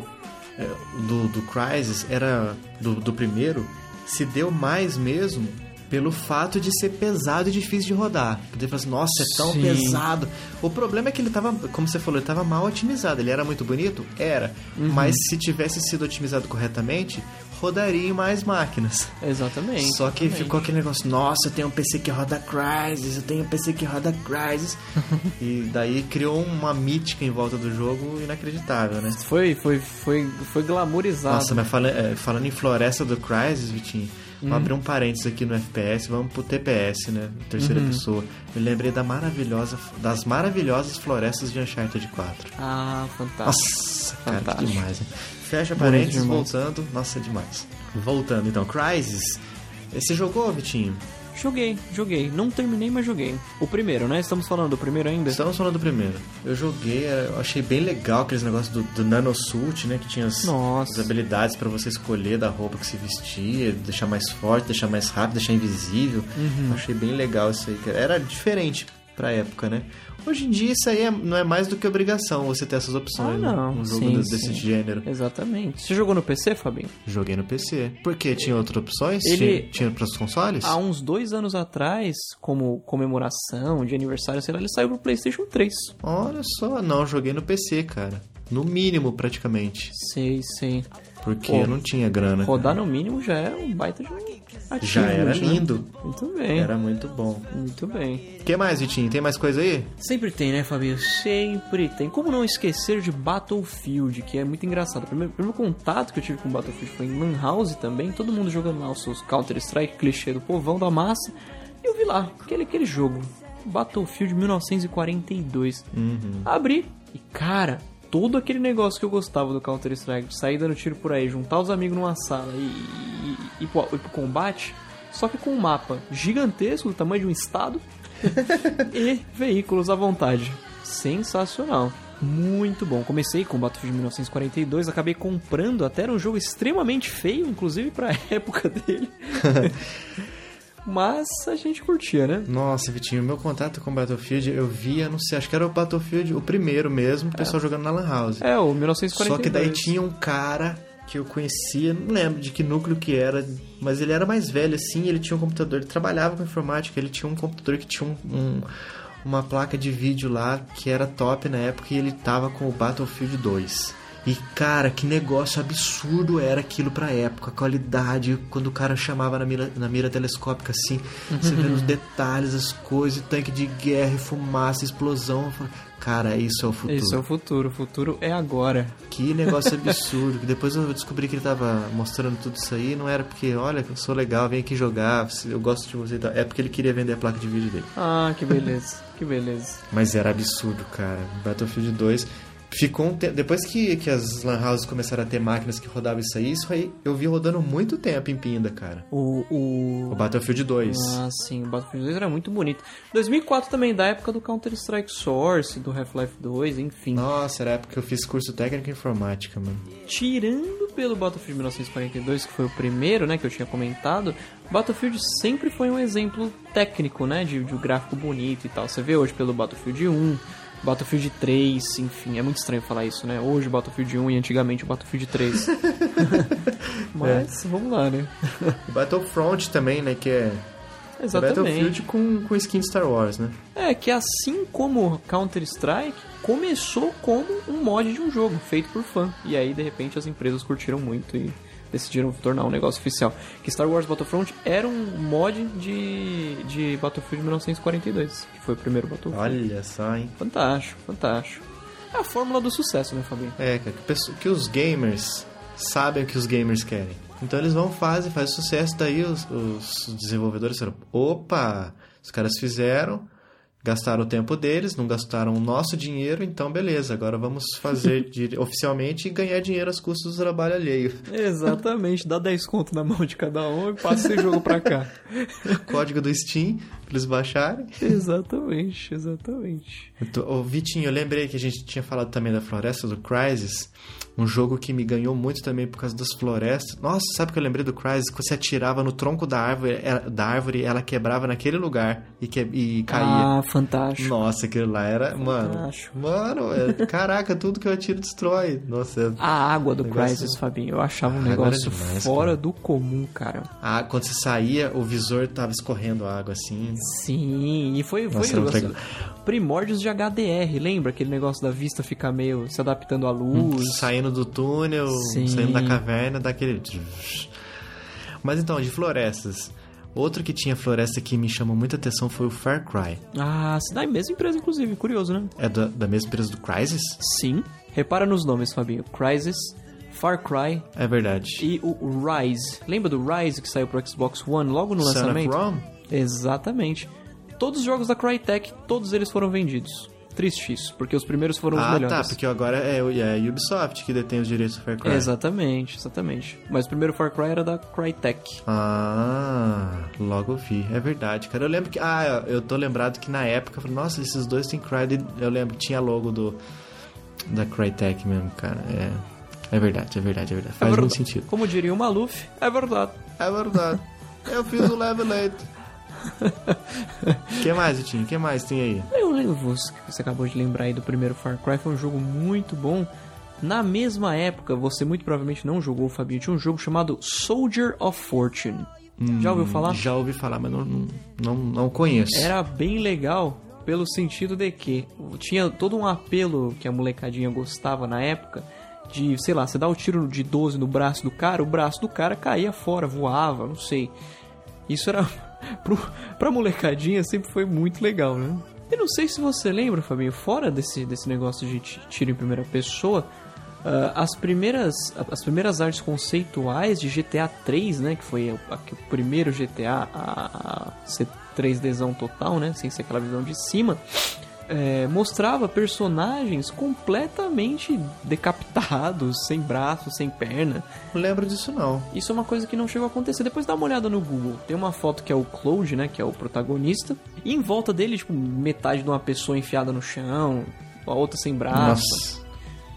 Speaker 1: é, do, do Crysis era. Do, do primeiro, se deu mais mesmo pelo fato de ser pesado e difícil de rodar. Porque fala assim, nossa, é tão
Speaker 2: Sim.
Speaker 1: pesado. O problema é que ele tava, como você falou, ele tava mal otimizado. Ele era muito bonito? Era.
Speaker 2: Uhum.
Speaker 1: Mas se tivesse sido otimizado corretamente, rodaria em mais máquinas.
Speaker 2: Exatamente.
Speaker 1: Só que ficou aquele negócio, nossa, eu tenho um PC que roda Crysis, eu tenho um PC que roda Crysis. e daí criou uma mítica em volta do jogo inacreditável, né?
Speaker 2: Foi, foi, foi, foi glamourizado.
Speaker 1: Nossa, mas fala- é, falando em floresta do Crysis, Vitinho,
Speaker 2: Hum.
Speaker 1: vamos abrir um parênteses aqui no FPS, vamos pro TPS, né?
Speaker 2: Uhum.
Speaker 1: Terceira pessoa. Eu lembrei da maravilhosa, das maravilhosas florestas de Uncharted 4.
Speaker 2: Ah, fantástico.
Speaker 1: Nossa, cara, que
Speaker 2: Fantástico.
Speaker 1: demais, né? Fecha parênteses,
Speaker 2: demais.
Speaker 1: voltando. Nossa, é demais. Voltando então, Crysis. Você jogou, Vitinho?
Speaker 2: Joguei, joguei. Não terminei, mas joguei. O primeiro, né? Estamos falando do primeiro ainda?
Speaker 1: Estamos falando do primeiro. Eu joguei, eh, eu achei bem legal aqueles negócios do, do nanosuit, né? Que tinha as,
Speaker 2: Nossa.
Speaker 1: as habilidades pra você escolher da roupa que se vestia, deixar mais forte, deixar mais rápido, deixar invisível.
Speaker 2: Uhum.
Speaker 1: Eu Achei bem legal isso aí. cara. Era diferente pra época, né? Hoje em dia isso aí é- não é mais do que obrigação você ter essas opções,
Speaker 2: Ah,
Speaker 1: né?
Speaker 2: não.
Speaker 1: Um jogo
Speaker 2: Sim,
Speaker 1: de- desse
Speaker 2: sim.
Speaker 1: gênero.
Speaker 2: Exatamente. Você jogou no PC, Fabinho?
Speaker 1: Joguei no PC. Por quê? Tinha outras opções?
Speaker 2: Ele-
Speaker 1: Tinha, tinha pros consoles?
Speaker 2: Há um uns dois anos atrás, como comemoração de aniversário, sei lá, ele saiu pro PlayStation 3.
Speaker 1: Olha só, não, joguei no PC, cara. No mínimo, praticamente.
Speaker 2: Sei, sei.
Speaker 1: Porque
Speaker 2: Pô,
Speaker 1: eu não tinha grana. cara.
Speaker 2: Rodar no mínimo já é um baita de um ativo,
Speaker 1: Já era
Speaker 2: né?
Speaker 1: lindo.
Speaker 2: Muito bem.
Speaker 1: Era muito bom.
Speaker 2: Muito bem.
Speaker 1: O que mais, Vitinho? Tem mais coisa aí?
Speaker 2: Sempre tem, né, Fabinho? Sempre tem. Como não esquecer de Battlefield, que é muito engraçado. O primeiro, o primeiro contato que eu tive com Battlefield foi em Lan House também, todo mundo jogando lá os seus Counter-Strike, clichê do povão da massa. E eu vi lá, aquele, aquele jogo, Battlefield 1942. Abri e, cara, todo aquele negócio que eu gostava do Counter-Strike, de sair dando tiro por aí, juntar os amigos numa sala e, e, e, ir pro- ir pro combate, só que com um mapa gigantesco, do tamanho de um estado, e veículos à vontade. Sensacional. Muito bom. Comecei com Battlefield 1942, acabei comprando, até era um jogo extremamente feio, inclusive pra época dele. Mas a gente curtia, né?
Speaker 1: Nossa, Vitinho, meu contato com Battlefield eu via, não sei, acho que era o Battlefield, o primeiro mesmo, o pessoal jogando na Lan House.
Speaker 2: É, o 1942.
Speaker 1: Só que daí tinha um cara que eu conhecia, não lembro de que núcleo que era, mas ele era mais velho assim, ele tinha um computador, ele trabalhava com informática, ele tinha um computador que tinha um- um- uma placa de vídeo lá que era top na época e ele tava com o Battlefield 2. E cara, que negócio absurdo era aquilo pra época, a qualidade, quando o cara chamava na mira, na mira telescópica assim, você vendo os detalhes, as coisas, tanque de guerra, e fumaça, explosão. eu falei, Cara, isso é o futuro.
Speaker 2: Isso é o futuro, o futuro é agora.
Speaker 1: Que negócio absurdo. que Depois eu descobri que ele tava mostrando tudo isso aí. Não era porque, olha, eu sou legal, vem aqui jogar, eu gosto de você e tal. É porque ele queria vender a placa de vídeo dele.
Speaker 2: Ah, que beleza, que beleza.
Speaker 1: Mas era absurdo, cara. Battlefield 2 ficou um tempo. Depois que, que as Lan Houses começaram a ter máquinas que rodavam isso aí, isso aí eu vi rodando muito tempo em Pinda, cara.
Speaker 2: O. o...
Speaker 1: O Battlefield 2.
Speaker 2: Ah, sim, o Battlefield 2 era muito bonito. 2004 também, da época do Counter-Strike Source, do Half-Life 2, enfim.
Speaker 1: Nossa, era a época que eu fiz curso técnico em informática, mano.
Speaker 2: Tirando pelo Battlefield 1942, que foi o primeiro, né, que eu tinha comentado, Battlefield sempre foi um exemplo técnico, né, de, de um gráfico bonito e tal. Você vê hoje pelo Battlefield 1, Battlefield 3, enfim, é muito estranho falar isso, né? Hoje o Battlefield 1 e antigamente o Battlefield 3. Mas, vamos lá, né?
Speaker 1: O Battlefront também, né? Que é
Speaker 2: Exatamente.
Speaker 1: Battlefield com, com skin de Star Wars, né?
Speaker 2: É que assim como Counter-Strike, começou como um mod de um jogo feito por fã. E aí, de repente, as empresas curtiram muito e decidiram tornar um negócio oficial. Que Star Wars Battlefront era um mod de, de Battlefield 1942, que foi o primeiro Battlefield.
Speaker 1: Olha só, hein?
Speaker 2: Fantástico, fantástico. É a fórmula do sucesso, né, Fabinho?
Speaker 1: É, cara, que, pesso- que os gamers sabem o que os gamers querem. Então eles vão fazer, faz sucesso, daí os, os desenvolvedores disseram, opa, os caras fizeram, gastaram o tempo deles, não gastaram o nosso dinheiro, então beleza, agora vamos fazer de- oficialmente e ganhar dinheiro às custas do trabalho alheio.
Speaker 2: Exatamente, dá 10 conto na mão de cada um e passa esse jogo pra cá.
Speaker 1: Código do Steam, pra eles baixarem.
Speaker 2: exatamente, exatamente.
Speaker 1: Eu tô- Ô, Vitinho, eu lembrei que a gente tinha falado também da Floresta do Crysis, um jogo que me ganhou muito também por causa das florestas. Nossa, sabe o que eu lembrei do Crysis? Que você atirava no tronco da árvore, era- da árvore ela quebrava naquele lugar e, que, e caía.
Speaker 2: Ah, fantástico.
Speaker 1: Nossa, aquilo lá era. Mano,
Speaker 2: Fantástico.
Speaker 1: mano, é- caraca, tudo que eu atiro destrói. Nossa, é-
Speaker 2: A água do
Speaker 1: Negócio-
Speaker 2: Crysis, Fabinho, eu achava um
Speaker 1: Ah, agora é
Speaker 2: negócio
Speaker 1: demais,
Speaker 2: fora
Speaker 1: cara.
Speaker 2: do comum, cara.
Speaker 1: ah, quando você saía, o visor tava escorrendo água assim.
Speaker 2: Sim, e foi, foi
Speaker 1: Nossa,
Speaker 2: um
Speaker 1: era muito
Speaker 2: negócio. Primórdios de HDR, lembra aquele negócio da vista ficar meio se adaptando à
Speaker 1: Hum,
Speaker 2: luz?
Speaker 1: Saindo do túnel,
Speaker 2: Sim.
Speaker 1: saindo da caverna, daquele. Mas então, de florestas. Outro que tinha floresta que me chamou muita atenção foi o Far Cry.
Speaker 2: Ah, se da mesma empresa, inclusive, curioso, né?
Speaker 1: É da, da mesma empresa do Crysis?
Speaker 2: Sim. Repara nos nomes, Fabinho. Crysis, Far Cry
Speaker 1: É verdade.
Speaker 2: e o Rise. Lembra do Rise que saiu pro Xbox One logo no
Speaker 1: Son of
Speaker 2: lançamento? Um
Speaker 1: Rome?
Speaker 2: Exatamente. Todos os jogos da Crytek, todos eles foram vendidos. Triste isso, porque os primeiros foram os
Speaker 1: Ah,
Speaker 2: melhores.
Speaker 1: tá, porque agora é, o- é a Ubisoft que detém os direitos do Far Cry.
Speaker 2: Exatamente, exatamente. Mas o primeiro Far Cry era da Crytek.
Speaker 1: Ah, logo vi. É verdade, cara. Eu lembro que. Ah, eu tô lembrado que na época eu falei, nossa, esses dois têm Cry. Eu lembro que tinha a logo do. Da Crytek mesmo, cara. É, é verdade, é verdade, é verdade. Faz
Speaker 2: verdade.
Speaker 1: muito sentido.
Speaker 2: Como diria o Maluf, é verdade.
Speaker 1: É verdade. Eu fiz o level 8. O que mais, Vitinho? O que mais tem aí?
Speaker 2: Eu lembro, você você acabou de lembrar aí do primeiro Far Cry, foi um jogo muito bom. Na mesma época, você muito provavelmente não jogou, Fabinho, tinha um jogo chamado Soldier of Fortune. Já ouviu falar?
Speaker 1: Hum, Já ouvi falar, mas não, não, não, não conheço.
Speaker 2: Era bem legal pelo sentido de que tinha todo um apelo que a molecadinha gostava na época de, sei lá, você dá o tiro de 12 no braço do cara, o braço do cara caía fora, voava, não sei. Isso era pro, pra molecadinha sempre foi muito legal, né? Eu não sei se você lembra, Fabinho, fora desse, desse negócio de ti- tiro em primeira pessoa, ah, as primeiras as primeiras artes conceituais de GTA 3, né, que foi o, a- que o primeiro GTA a, a ser 3Dzão total, né, sem ser aquela visão de cima, eh, mostrava personagens completamente decapitados, sem braço, sem perna,
Speaker 1: Não lembro disso, não.
Speaker 2: isso é uma coisa que não chegou a acontecer. Depois dá uma olhada no Google. Tem uma foto que é o Cloud, né? Que é o protagonista. E em volta dele, tipo, metade de uma pessoa enfiada no chão, a outra sem braço.
Speaker 1: Nossa.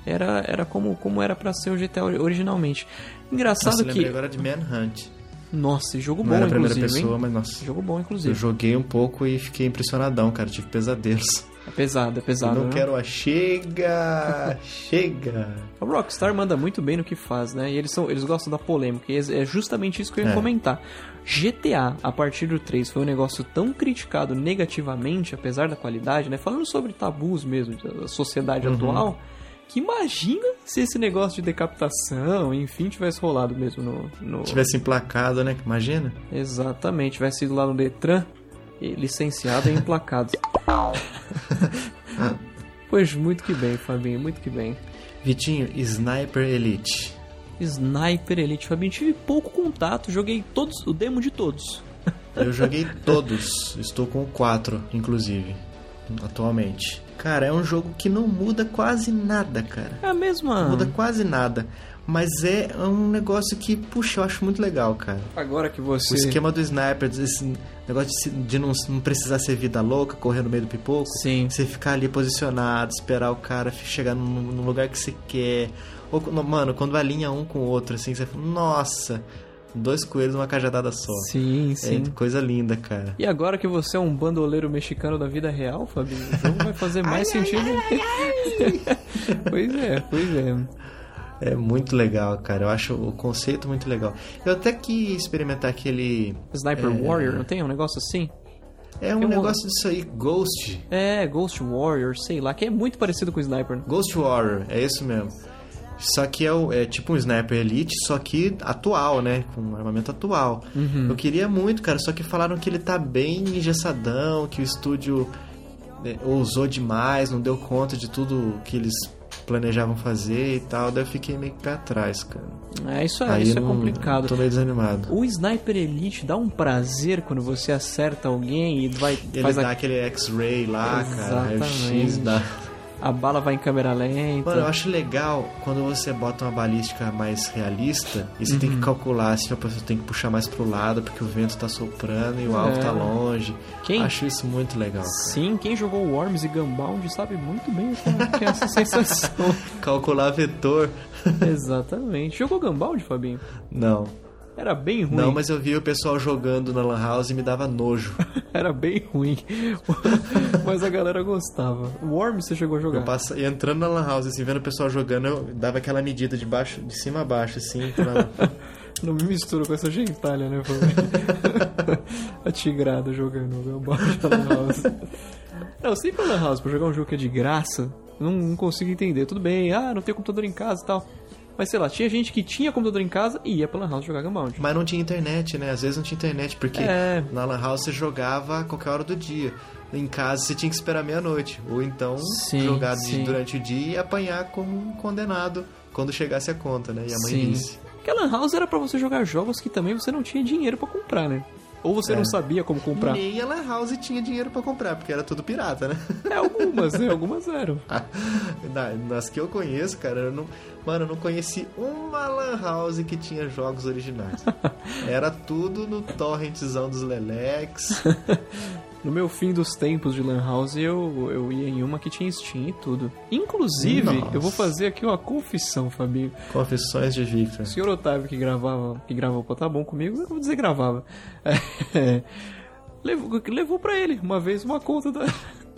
Speaker 2: Era, era como, como era pra ser o GTA originalmente. Engraçado
Speaker 1: Nossa, eu
Speaker 2: que.
Speaker 1: lembrei agora de Manhunt.
Speaker 2: Nossa, e jogo
Speaker 1: Não
Speaker 2: bom,
Speaker 1: era a primeira
Speaker 2: inclusive,
Speaker 1: pessoa,
Speaker 2: hein?
Speaker 1: mas nossa.
Speaker 2: Jogo bom, inclusive.
Speaker 1: Eu joguei um pouco e fiquei impressionadão, cara. Tive pesadelos.
Speaker 2: É pesado, é pesado.
Speaker 1: não
Speaker 2: né?
Speaker 1: quero a. Chega! chega!
Speaker 2: A Rockstar manda muito bem no que faz, né? E eles, são, eles gostam da polêmica. E é justamente isso que eu ia
Speaker 1: É.
Speaker 2: comentar. GTA, a partir do 3, foi um negócio tão criticado negativamente, apesar da qualidade, né? Falando sobre tabus mesmo, da sociedade atual, que imagina se esse negócio de decapitação, enfim, tivesse rolado mesmo no. no-
Speaker 1: Tivesse emplacado, né? Imagina?
Speaker 2: Exatamente, tivesse sido lá no Detran, e licenciado e emplacado. pois muito que bem, Fabinho, muito que bem.
Speaker 1: Vitinho, Sniper Elite.
Speaker 2: Sniper Elite Fabinho, tive pouco contato, joguei todos, o demo de todos.
Speaker 1: Eu joguei todos. Estou com o 4, inclusive. Atualmente. Cara, é um jogo que não muda quase nada, cara.
Speaker 2: É a mesma.
Speaker 1: Muda quase nada. Mas é um negócio que, puxa, eu acho muito legal, cara.
Speaker 2: Agora que
Speaker 1: O
Speaker 2: você.
Speaker 1: esquema do sniper, esse negócio de, se- de não, não precisar ser vida louca, correr no meio do pipoco.
Speaker 2: Sim.
Speaker 1: Você ficar ali posicionado, esperar o cara fi- chegar num, num lugar que você quer. Ou, quando- mano, quando alinha um com o outro, assim, você fala, nossa, dois coelhos numa cajadada só.
Speaker 2: Sim, sim.
Speaker 1: É coisa linda, cara.
Speaker 2: E agora que você é um bandoleiro mexicano da vida real, Fabinho, o jogo vai fazer mais sentido. pois é, pois é.
Speaker 1: É muito legal, cara. Eu acho o conceito muito legal. Eu até que experimentar aquele.
Speaker 2: Sniper Warrior, não tem um negócio assim?
Speaker 1: É um
Speaker 2: Eu-
Speaker 1: negócio disso aí, Ghost.
Speaker 2: É, Ghost Warrior, sei lá, que é muito parecido com o Sniper.
Speaker 1: Ghost Warrior, é isso mesmo. Só que é, o- é tipo um Sniper Elite, só que atual, né? Com armamento atual.
Speaker 2: Uhum.
Speaker 1: Eu queria muito, cara, só que falaram que ele tá bem engessadão, que o estúdio né, ousou demais, não deu conta de tudo que eles planejavam fazer e tal. Daí eu fiquei meio que pra trás, cara.
Speaker 2: É, isso é,
Speaker 1: Aí
Speaker 2: isso
Speaker 1: eu
Speaker 2: é
Speaker 1: não-
Speaker 2: complicado.
Speaker 1: Tô meio desanimado.
Speaker 2: O Sniper Elite dá um prazer quando você acerta alguém e vai
Speaker 1: Ele
Speaker 2: faz
Speaker 1: dá
Speaker 2: a,
Speaker 1: aquele X-ray lá, cara.
Speaker 2: Exatamente.
Speaker 1: X da.
Speaker 2: a bala vai em câmera lenta.
Speaker 1: Mano, eu acho legal quando você bota uma balística mais realista e você tem
Speaker 2: Uhum.
Speaker 1: que calcular assim, se a pessoa tem que puxar mais pro lado porque o vento tá soprando e o alvo
Speaker 2: É.
Speaker 1: tá longe.
Speaker 2: Quem-
Speaker 1: Acho isso muito legal.
Speaker 2: Sim, quem jogou Worms e Gunbound sabe muito bem como que é essa sensação.
Speaker 1: Calcular vetor.
Speaker 2: Exatamente. Jogou Gunbound, Fabinho?
Speaker 1: Não.
Speaker 2: Era bem ruim.
Speaker 1: Não, mas eu vi o pessoal jogando na Lan House e me dava nojo.
Speaker 2: Era bem ruim. mas a galera gostava. Worms você chegou a jogar?
Speaker 1: Eu passa... e entrando na Lan House, assim, vendo o pessoal jogando, eu dava aquela medida de baixo, de cima a baixo, assim. pra-
Speaker 2: Não me misturo com essa gentalha, né, Fabinho? a tigrada jogando Gunbound na Lan House. Não, sempre na Lan House, pra jogar um jogo que é de graça, não, não consigo entender. Tudo bem, ah, não tem computador em casa e tal. Mas sei lá, tinha gente que tinha computador em casa e ia pra Lan House jogar Gunbound.
Speaker 1: Mas não tinha internet, né? Às vezes não tinha internet, porque
Speaker 2: É.
Speaker 1: na Lan House você jogava a qualquer hora do dia. Em casa você tinha que esperar meia-noite. Ou então
Speaker 2: Sim,
Speaker 1: jogar de-
Speaker 2: sim.
Speaker 1: durante o dia e apanhar como um condenado quando chegasse a conta, né? E a mãe
Speaker 2: Sim.
Speaker 1: disse.
Speaker 2: Porque a Lan House era pra você jogar jogos que também você não tinha dinheiro pra comprar, né? Ou você
Speaker 1: É.
Speaker 2: não sabia como comprar.
Speaker 1: Nem a Lan House tinha dinheiro pra comprar, porque era tudo pirata, né?
Speaker 2: É algumas, né? Algumas eram.
Speaker 1: Na- Nas que eu conheço, cara, eu não. Mano, eu não conheci uma Lan House que tinha jogos originais. Era tudo no torrentzão dos Lelex.
Speaker 2: No meu fim dos tempos de Lan House, eu, eu ia em uma que tinha Steam e tudo. Inclusive,
Speaker 1: Nossa.
Speaker 2: eu vou fazer aqui uma confissão, Fabinho.
Speaker 1: Confissões de Victor.
Speaker 2: O senhor Otávio que gravava, que gravou o Tá Bom comigo, eu vou dizer gravava. É, levou, levou pra ele uma vez uma conta da.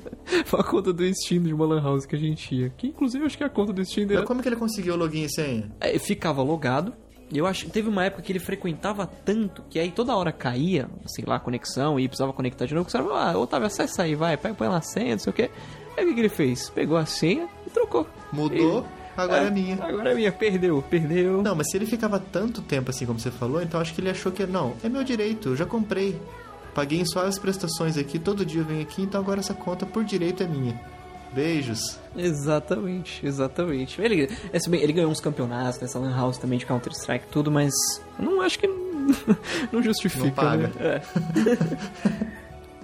Speaker 2: Uma conta do Steam de uma Lan House que a gente ia. Que inclusive eu acho que a conta do Steam
Speaker 1: Mas
Speaker 2: dele
Speaker 1: como que ele conseguiu o login e senha?
Speaker 2: É, ficava logado. E eu acho que teve uma época que ele frequentava tanto que aí toda hora caía, sei lá, a conexão e precisava conectar de novo. Que você falava, ah, Otávio, acessa aí, vai, põe põe lá a senha, não sei o quê. Aí o que que ele fez? Pegou a senha e trocou.
Speaker 1: Mudou, agora é minha.
Speaker 2: Agora é minha, perdeu, perdeu.
Speaker 1: Não, mas se ele ficava tanto tempo assim, como você falou, então acho que ele achou que, não, é meu direito, eu já comprei. Paguei em suaves prestações aqui, todo dia eu venho aqui, então agora essa conta por direito é minha. Beijos.
Speaker 2: Exatamente, exatamente. Ele, é, se bem, ele ganhou uns campeonatos nessa Lan House também de Counter-Strike e tudo, mas não acho que não justifica.
Speaker 1: Não paga.
Speaker 2: Né? É.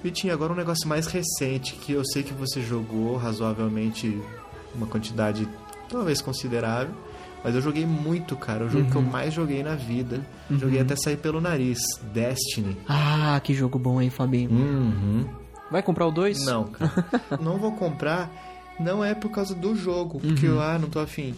Speaker 1: Vitinho, agora um negócio mais recente que eu sei que você jogou razoavelmente uma quantidade talvez considerável, mas eu joguei muito, cara. é O jogo que eu mais joguei na vida. Joguei até sair pelo nariz. Destiny.
Speaker 2: Ah, que jogo bom, hein, Fabinho?
Speaker 1: Uhum.
Speaker 2: Vai comprar o 2?
Speaker 1: Não,
Speaker 2: Uhum.
Speaker 1: cara. não vou comprar. Não é por causa do jogo, porque eu ah, não tô afim.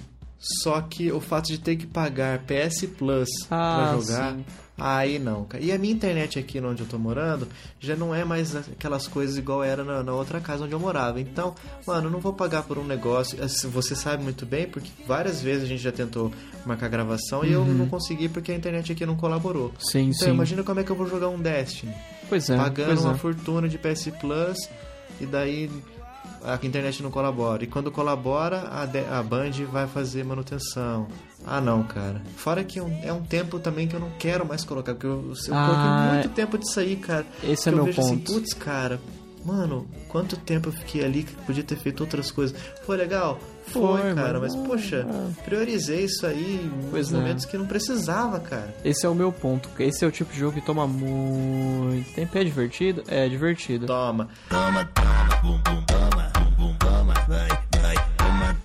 Speaker 1: Só que o fato de ter que pagar PS Plus
Speaker 2: Ah,
Speaker 1: pra jogar,
Speaker 2: sim.
Speaker 1: aí não, cara. E a minha internet aqui onde eu tô morando já não é mais aquelas coisas igual era na, na outra casa onde eu morava. Então, mano, eu não vou pagar por um negócio. Assim, Você sabe muito bem, porque várias vezes a gente já tentou marcar gravação e eu não consegui porque a internet aqui não colaborou.
Speaker 2: Uhum. Sim,
Speaker 1: então,
Speaker 2: sim.
Speaker 1: imagina como é que eu vou jogar um Destiny.
Speaker 2: Pois é.
Speaker 1: pagando
Speaker 2: pois
Speaker 1: uma
Speaker 2: é.
Speaker 1: fortuna de PS Plus e daí a internet não colabora. E quando colabora, a, de- a Band vai fazer manutenção. Ah, não, cara. Fora que é um, é um tempo também que eu não quero mais colocar, porque eu, eu
Speaker 2: Ah,
Speaker 1: coloquei muito tempo disso aí, cara.
Speaker 2: esse
Speaker 1: Que
Speaker 2: é
Speaker 1: eu
Speaker 2: meu
Speaker 1: vejo assim,
Speaker 2: ponto.
Speaker 1: putz, cara, mano, quanto tempo eu fiquei ali que podia ter feito outras coisas. Foi legal? Foi,
Speaker 2: Foi,
Speaker 1: cara,
Speaker 2: mano.
Speaker 1: mas poxa, priorizei isso aí em
Speaker 2: Pois é.
Speaker 1: momentos que não precisava, cara.
Speaker 2: Esse é o meu ponto. Esse é o tipo de jogo que toma muito tempo. É divertido? É divertido.
Speaker 1: Toma.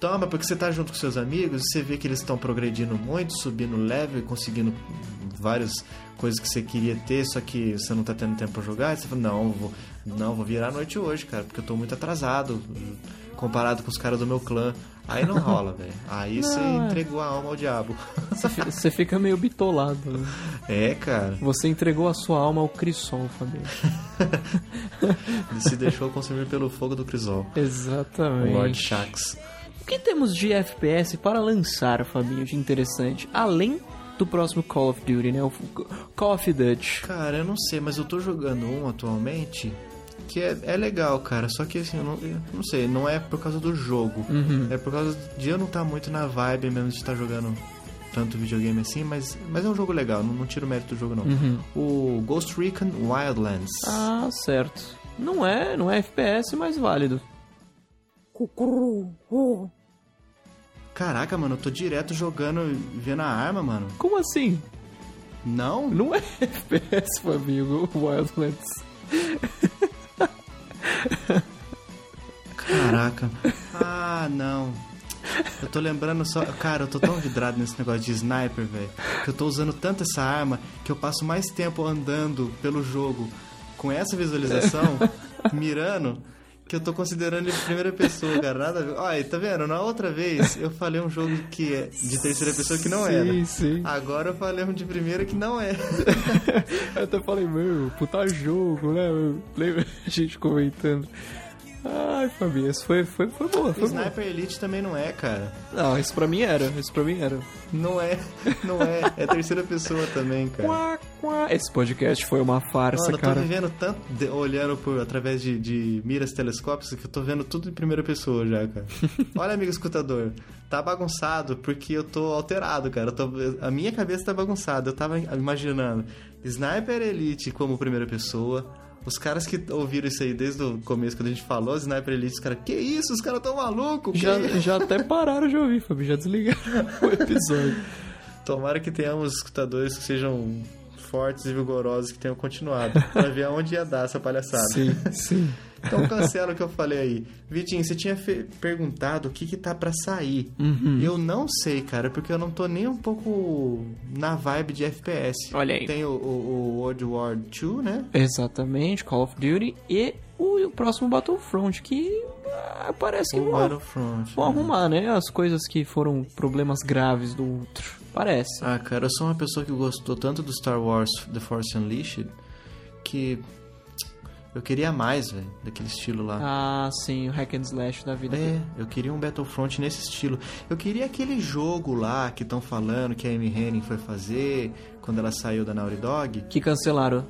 Speaker 1: Toma, porque você tá junto com seus amigos, você vê que eles estão progredindo muito, subindo level, e conseguindo várias coisas que você queria ter, só que você não tá tendo tempo pra jogar. E você fala, não, vou, não, vou virar a noite hoje, cara, porque eu tô muito atrasado comparado com os caras do meu clã. Aí não rola, velho. Aí você
Speaker 2: Não, é.
Speaker 1: entregou a alma ao diabo.
Speaker 2: Você fi- Você fica meio bitolado. né?
Speaker 1: É, cara,
Speaker 2: Você entregou a sua alma ao Crisson, Fabinho.
Speaker 1: se deixou consumir pelo fogo do Crisol. O
Speaker 2: Exatamente.
Speaker 1: Lord Shax.
Speaker 2: O que temos de FPS para lançar, Fabinho, de interessante? Além do próximo Call of Duty, né? O f- Call of Duty.
Speaker 1: Cara, eu não sei, mas eu tô jogando um atualmente que é, é legal, cara. Só que assim, eu não, eu não sei, não é por causa do jogo. É por causa de eu não estar muito na vibe mesmo de estar jogando tanto videogame assim, mas, mas é um jogo legal, não, não tiro mérito do jogo não. O Ghost Recon Wildlands.
Speaker 2: Ah, certo. Não é, não é FPS, mas válido.
Speaker 1: Caraca, mano, eu tô direto jogando, vendo a arma, mano.
Speaker 2: Como assim?
Speaker 1: Não?
Speaker 2: Não é FPS, Fabinho, o Wildlands.
Speaker 1: Caraca. Ah, não. Eu tô lembrando só. Cara, eu tô tão vidrado nesse negócio de sniper, velho. Que eu tô usando tanto essa arma que eu passo mais tempo andando pelo jogo com essa visualização, mirando, que eu tô considerando ele primeira pessoa, cara. Nada a ver. Olha, tá vendo? Na outra vez eu falei um jogo que é de terceira pessoa que não
Speaker 2: sim,
Speaker 1: era. Ah,
Speaker 2: Sim,
Speaker 1: Agora eu falei um de primeira que não é.
Speaker 2: Eu até falei, meu, puta jogo, né? meu? Lembra a gente comentando. Ai, Fabinho, isso foi, foi, foi boa, foi boa.
Speaker 1: Sniper Elite também não é, cara.
Speaker 2: Não, isso pra mim era, isso pra mim era.
Speaker 1: Não é, não é. É terceira pessoa também, cara.
Speaker 2: Quá, quá. Esse podcast foi uma farsa,
Speaker 1: Mano, eu tô
Speaker 2: cara.
Speaker 1: vivendo tanto, de- olhando por, através de, de miras telescópicas, que eu tô vendo tudo em primeira pessoa já, cara. Olha, amigo escutador, tá bagunçado porque eu tô alterado, cara. Eu tô- a minha cabeça tá bagunçada. Eu tava imaginando Sniper Elite como primeira pessoa. Os caras que ouviram isso aí desde o começo, quando a gente falou, Sniper Elite, os caras, que isso? Os caras tão malucos? que
Speaker 2: Já,
Speaker 1: isso?"
Speaker 2: já até pararam de ouvir, Fabinho, já desligaram o episódio.
Speaker 1: Tomara que tenhamos escutadores que sejam fortes e vigorosos que tenham continuado, pra ver aonde ia dar essa palhaçada.
Speaker 2: Sim, sim.
Speaker 1: Então cancela o que eu falei aí. Vitinho, você tinha fe- perguntado o que que tá pra sair.
Speaker 2: Uhum.
Speaker 1: Eu não sei, cara, porque eu não tô nem um pouco na vibe de FPS.
Speaker 2: Olha aí.
Speaker 1: Tem o, o- o World War II, né?
Speaker 2: Exatamente, Call of Duty e o, o próximo Battlefront, que ah, parece que
Speaker 1: O
Speaker 2: vão,
Speaker 1: Battlefront.
Speaker 2: vão
Speaker 1: né?
Speaker 2: arrumar, né? As coisas que foram problemas graves do outro. Parece.
Speaker 1: Ah, cara, eu sou uma pessoa que gostou tanto do Star Wars The Force Unleashed que eu queria mais, velho, daquele estilo lá.
Speaker 2: Ah, sim, o hack and slash da vida.
Speaker 1: É, eu queria um Battlefront nesse estilo. Eu queria aquele jogo lá que estão falando que a Amy Henning foi fazer quando ela saiu da Naughty Dog.
Speaker 2: Que cancelaram.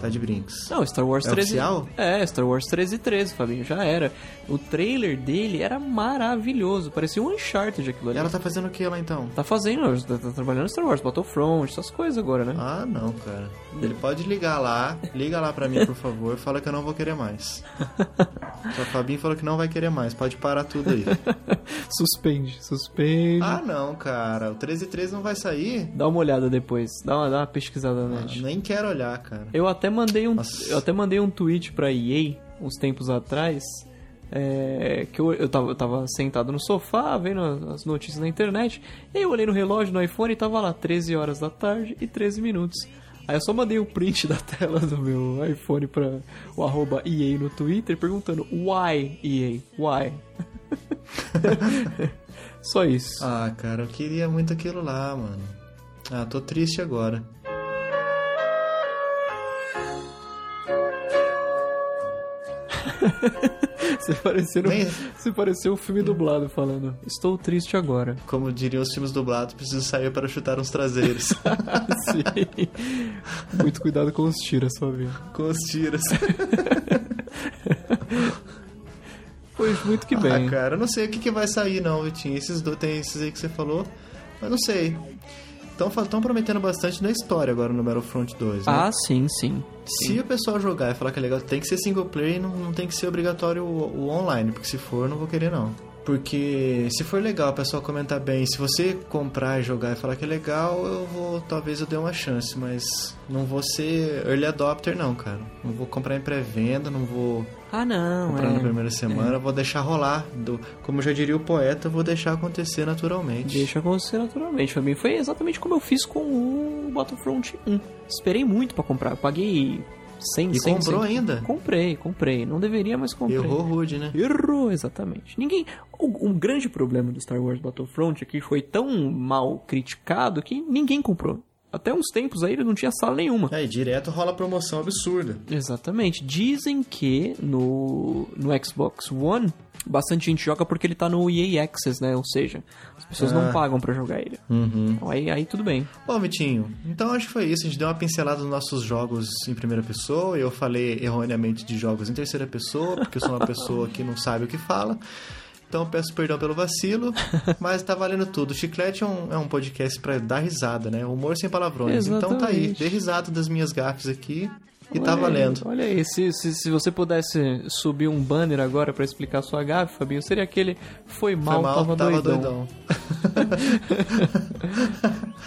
Speaker 1: Tá de brinks.
Speaker 2: Não, Star Wars
Speaker 1: É
Speaker 2: 13.
Speaker 1: oficial?
Speaker 2: É, Star Wars 13 e 13, Fabinho, já era. O trailer dele era maravilhoso, parecia um Uncharted
Speaker 1: E
Speaker 2: aquilo ali.
Speaker 1: ela tá fazendo o que lá então?
Speaker 2: Tá fazendo, tá, tá trabalhando no Star Wars, Battlefront, essas coisas agora, né?
Speaker 1: Ah, não, cara. Ele pode ligar lá. Liga lá pra mim, por favor. Fala que eu não vou querer mais. Só Fabinho falou que não vai querer mais. Pode parar tudo aí.
Speaker 2: Suspende, suspende.
Speaker 1: Ah, não, cara. O 1313 não vai sair?
Speaker 2: Dá uma olhada depois, dá uma, dá uma pesquisada na
Speaker 1: Ah,
Speaker 2: net.
Speaker 1: nem quero olhar, cara.
Speaker 2: Eu até mandei um,
Speaker 1: Nossa.
Speaker 2: eu até mandei um tweet pra EA uns tempos atrás. é, que eu, eu, tava, eu tava sentado no sofá, vendo as as notícias na internet, e aí eu olhei no relógio no iPhone e tava lá 13 horas da tarde e 13 minutos. Aí eu só mandei o print da tela do meu iPhone pra o arroba EA no Twitter perguntando why EA, why? só isso.
Speaker 1: Ah, cara, eu queria muito aquilo lá, mano. Ah, tô triste agora.
Speaker 2: Você pareceu,
Speaker 1: Nem-
Speaker 2: você pareceu um filme dublado falando, estou triste agora.
Speaker 1: Como diriam os filmes dublados, preciso sair para chutar uns traseiros.
Speaker 2: Sim. Muito cuidado com os tiros, só viu?
Speaker 1: Com os tiros.
Speaker 2: Pois muito que
Speaker 1: Ah,
Speaker 2: bem.
Speaker 1: cara, eu não sei o que, que vai sair, não, Vitinho. Esses dois, tem esses aí que você falou, mas não sei. Estão prometendo bastante na história agora no Battlefront 2, né?
Speaker 2: Ah, sim, sim.
Speaker 1: Se o pessoal jogar e falar que é legal, tem que ser single player e não, não tem que ser obrigatório o, o online, porque se for, eu não vou querer não. Porque se for legal, o pessoal comentar bem, se você comprar e jogar e falar que é legal, eu vou, talvez eu dê uma chance, mas não vou ser early adopter não, cara. Não vou comprar em pré-venda, não vou
Speaker 2: Ah, não,
Speaker 1: comprar na
Speaker 2: é.
Speaker 1: primeira semana, eu vou deixar rolar. Do, como já diria o poeta, eu vou deixar acontecer naturalmente.
Speaker 2: Deixa acontecer naturalmente. Pra mim foi exatamente como eu fiz com o Battlefront 1. Esperei muito pra comprar. Eu paguei 100,
Speaker 1: E
Speaker 2: 100,
Speaker 1: comprou
Speaker 2: 100.
Speaker 1: ainda?
Speaker 2: Comprei, comprei. Não deveria, mas comprei.
Speaker 1: Errou rude, né?
Speaker 2: Errou, exatamente. Ninguém. O, o grande problema do Star Wars Battlefront é que foi tão mal criticado que ninguém comprou. Até uns tempos aí ele não tinha sala nenhuma.
Speaker 1: Aí, direto rola promoção absurda.
Speaker 2: Exatamente. Dizem que no, no Xbox One bastante gente joga porque ele tá no EA Access, né? Ou seja, as pessoas
Speaker 1: Ah.
Speaker 2: não pagam pra jogar ele.
Speaker 1: Uhum.
Speaker 2: Então, aí, aí tudo bem.
Speaker 1: Bom, Vitinho, então acho que foi isso. A gente deu uma pincelada nos nossos jogos em primeira pessoa. Eu falei erroneamente de jogos em terceira pessoa, porque eu sou uma pessoa que não sabe o que fala. Então peço perdão pelo vacilo, mas tá valendo tudo. Chiclete é um, é um podcast pra dar risada, né? Humor sem palavrões. Então tá aí,
Speaker 2: Exatamente.
Speaker 1: dê risada das minhas gafes aqui e tá
Speaker 2: Olha aí,
Speaker 1: valendo.
Speaker 2: Olha aí, se, se, se você pudesse subir um banner agora pra explicar sua gafe, Fabinho, seria aquele foi mal,
Speaker 1: Foi mal,
Speaker 2: tava, doidão.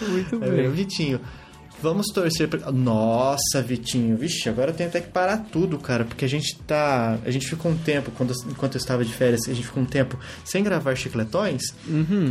Speaker 2: Muito
Speaker 1: É,
Speaker 2: bem.
Speaker 1: Vitinho, vamos torcer pra... Nossa, Vitinho, vixe, agora eu tenho até que parar tudo, cara, porque a gente tá... A gente ficou um tempo, quando, enquanto eu estava de férias, a gente ficou um tempo sem gravar chicletões,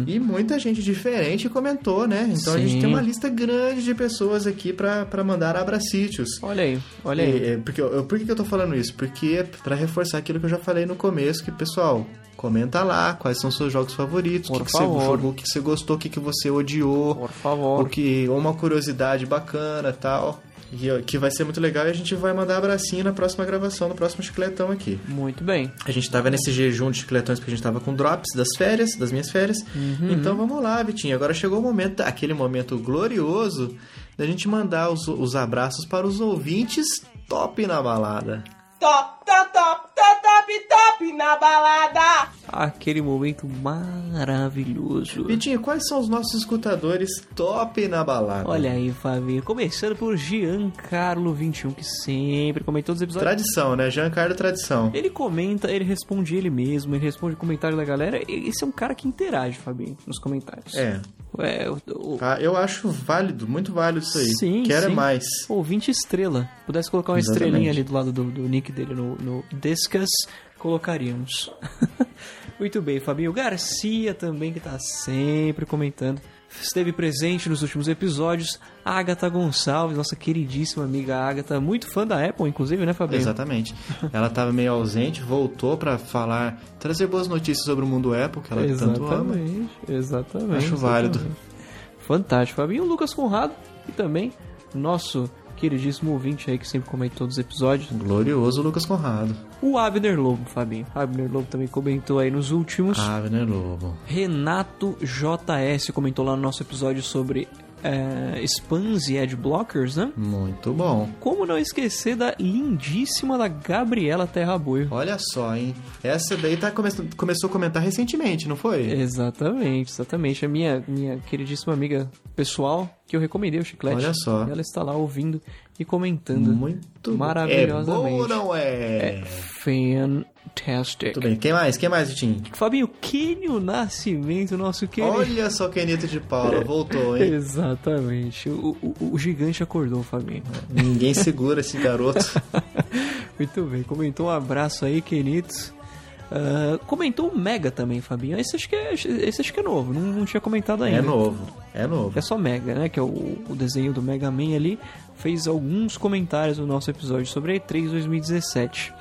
Speaker 1: e muita gente diferente comentou, né? Então a gente
Speaker 2: Uhum. Sim.
Speaker 1: tem uma lista grande de pessoas aqui pra pra mandar abracítios.
Speaker 2: Olha aí, olha aí.
Speaker 1: E, é, porque eu, eu- por que, que eu tô falando isso? Porque é pra reforçar aquilo que eu já falei no começo, que, pessoal, comenta lá quais são seus jogos favoritos, o que,
Speaker 2: Por
Speaker 1: que você
Speaker 2: favor.
Speaker 1: jogou, o que que você gostou, o que, que você odiou.
Speaker 2: Por favor.
Speaker 1: O que, ou uma curiosidade bacana tal. E eu- que vai ser muito legal e a gente vai mandar abracinho na próxima gravação, no próximo chicletão aqui.
Speaker 2: Muito bem.
Speaker 1: A gente tava nesse jejum de chicletões porque a gente tava com drops das férias, das minhas férias.
Speaker 2: Uhum.
Speaker 1: Então vamos lá, Vitinho. Agora chegou o momento, aquele momento glorioso da gente mandar os, os abraços para os ouvintes top na balada.
Speaker 7: Top, top, top, top, top, top na balada.
Speaker 2: Aquele momento maravilhoso.
Speaker 1: Vitinho, quais são os nossos escutadores top na balada?
Speaker 2: Olha aí, Fabinho. Começando por Giancarlo21, que sempre comentou os episódios.
Speaker 1: Tradição, né? Giancarlo Tradição.
Speaker 2: Ele comenta, ele responde ele mesmo, ele responde o comentário da galera. E Esse é um cara que interage, Fabinho, nos comentários.
Speaker 1: É.
Speaker 2: É, o, o-
Speaker 1: Ah, eu acho válido, muito válido isso aí.
Speaker 2: Sim,
Speaker 1: Quero é
Speaker 2: sim.
Speaker 1: mais.
Speaker 2: Ouvinte estrela. Pudesse colocar uma
Speaker 1: Exatamente.
Speaker 2: estrelinha ali do lado do, do nick dele no, no Discas, colocaríamos. Muito bem, Fabinho Garcia também, que tá sempre comentando. Esteve presente nos últimos episódios. Agatha Gonçalves, nossa queridíssima amiga Agatha, muito fã da Apple, inclusive, né, Fabinho?
Speaker 1: Exatamente. Ela tava meio ausente, voltou pra falar, trazer boas notícias sobre o mundo Apple, que ela tanto ama.
Speaker 2: Exatamente, exatamente.
Speaker 1: Acho válido.
Speaker 2: exatamente. Fantástico, Fabinho. Lucas Conrado e também nosso queridíssimo ouvinte aí que sempre comenta todos os episódios.
Speaker 1: Glorioso Lucas Conrado.
Speaker 2: O Abner Lobo, Fabinho. Abner Lobo também comentou aí nos últimos.
Speaker 1: Ah, né, Lobo?
Speaker 2: Renato JS comentou lá no nosso episódio sobre é, spams e ad blockers, né?
Speaker 1: Muito bom.
Speaker 2: Como não esquecer da lindíssima da Gabriela Terra Boio.
Speaker 1: Olha só, hein? Essa daí tá come... começou a comentar recentemente, não
Speaker 2: É.
Speaker 1: foi?
Speaker 2: Exatamente, exatamente. A minha, minha queridíssima amiga pessoal, que eu recomendei o chiclete.
Speaker 1: Olha só.
Speaker 2: Ela está lá ouvindo e comentando.
Speaker 1: Muito
Speaker 2: Maravilhosamente.
Speaker 1: É bom, não é?
Speaker 2: Fantastic.
Speaker 1: Muito bem. Quem mais? Quem mais, Vitinho?
Speaker 2: Fabinho, Kenio Nascimento, nosso querido.
Speaker 1: Olha só, Kenito de Paula, voltou, hein?
Speaker 2: Exatamente. O, o- o gigante acordou, Fabinho.
Speaker 1: Ninguém segura esse garoto.
Speaker 2: Muito bem. Comentou um abraço aí, Kenito. Ah, comentou o Mega também, Fabinho. Esse acho que é, esse acho que é novo. Não, não tinha comentado ainda.
Speaker 1: É novo. É novo.
Speaker 2: É só Mega, né? Que é o, o desenho do Mega Man ali. Fez alguns comentários no nosso episódio sobre a E3 2017.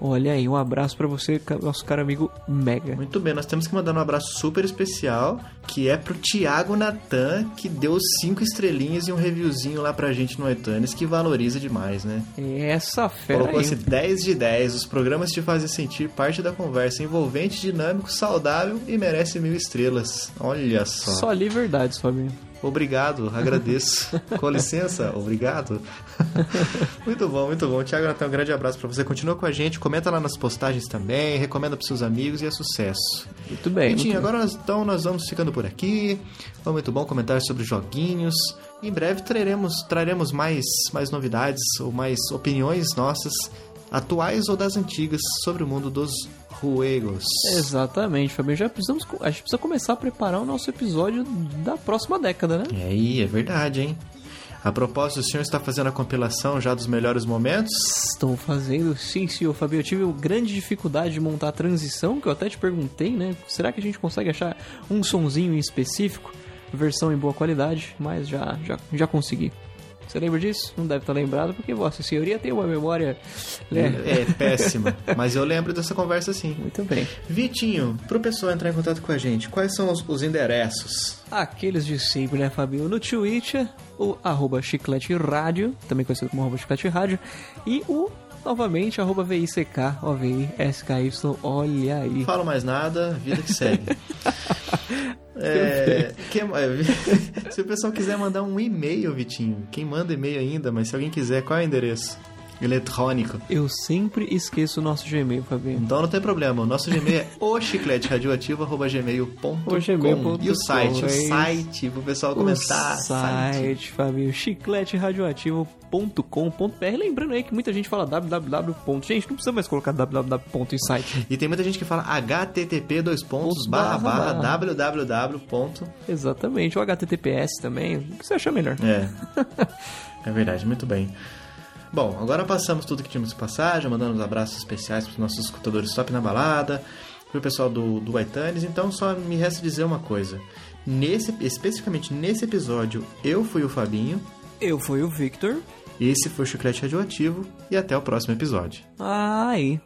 Speaker 2: Olha aí, um abraço pra você, ca- nosso caro amigo Mega.
Speaker 1: Muito bem, nós temos que mandar um abraço super especial, que é pro Thiago Natan, que deu cinco estrelinhas e um reviewzinho lá pra gente no iTunes, que valoriza demais, né?
Speaker 2: Essa fera
Speaker 1: Colocou
Speaker 2: aí.
Speaker 1: esse 10 de 10. Os programas te fazem sentir parte da conversa, envolvente, dinâmico, saudável e merece mil estrelas. Olha só.
Speaker 2: Só ali verdades, Fabinho.
Speaker 1: Obrigado, agradeço. com licença, obrigado. muito bom, muito bom. Tiago Natan, um grande abraço pra você. Continua com a gente, comenta lá nas postagens também, recomenda pros seus amigos e é sucesso.
Speaker 2: Muito bem.
Speaker 1: Enfim,
Speaker 2: muito
Speaker 1: agora nós- então nós vamos ficando por aqui. Foi muito bom comentar sobre joguinhos. Em breve traremos, traremos mais, mais novidades ou mais opiniões nossas, atuais ou das antigas, sobre o mundo dos juegos.
Speaker 2: Exatamente, Fabinho. Já precisamos, co- a gente precisa começar a preparar o nosso episódio da próxima década, né?
Speaker 1: E aí, é verdade, hein? A propósito, o senhor está fazendo a compilação já dos melhores momentos?
Speaker 2: Estou fazendo, sim, senhor Fabinho. Eu tive uma grande dificuldade de montar a transição, que eu até te perguntei, né? Será que a gente consegue achar um sonzinho em específico? Versão em boa qualidade, mas já, já, já consegui. Você lembra disso? Não deve estar lembrado, porque Vossa Senhoria tem uma memória. né?
Speaker 1: É, péssima. Mas eu lembro dessa conversa sim.
Speaker 2: Muito bem.
Speaker 1: Vitinho, pro pessoal entrar em contato com a gente, quais são os, os endereços?
Speaker 2: Aqueles de sempre, né, Fabinho? No Twitter, o arroba chiclete rádio, também conhecido como arroba chiclete rádio, e o, novamente, arroba VICK, OVISKY, olha aí.
Speaker 1: Não falo mais nada, vida que segue. É, que ma- é, se o pessoal quiser mandar um e-mail, Vitinho, quem manda e-mail ainda, mas se alguém quiser, qual é o endereço? Eletrônico.
Speaker 2: Eu sempre esqueço o nosso Gmail, Fabinho.
Speaker 1: Então não tem problema, o nosso Gmail é ochicleteradioativo.gmail.com
Speaker 2: gmail.com,
Speaker 1: E o site, o
Speaker 2: é isso.
Speaker 1: site, pro pessoal comentar.
Speaker 2: o site, Fabinho, chicleteradioativo.com.br. Lembrando aí que muita gente fala www. Gente, não precisa mais colocar www. em site.
Speaker 1: E tem muita gente que fala http dois pontos barra barra www ponto.
Speaker 2: Exatamente. O HTTPS também. O que você achar melhor?
Speaker 1: É. é verdade, muito bem. Bom, agora passamos tudo que tínhamos que passar, já mandando uns abraços especiais para os nossos escutadores top na balada, pro pessoal do, do iTunes, então só me resta dizer uma coisa. Nesse, especificamente nesse episódio, eu fui o Fabinho,
Speaker 2: Eu fui o Victor.
Speaker 1: esse foi o Chiclete Radioativo, e até o próximo episódio.
Speaker 2: Ai.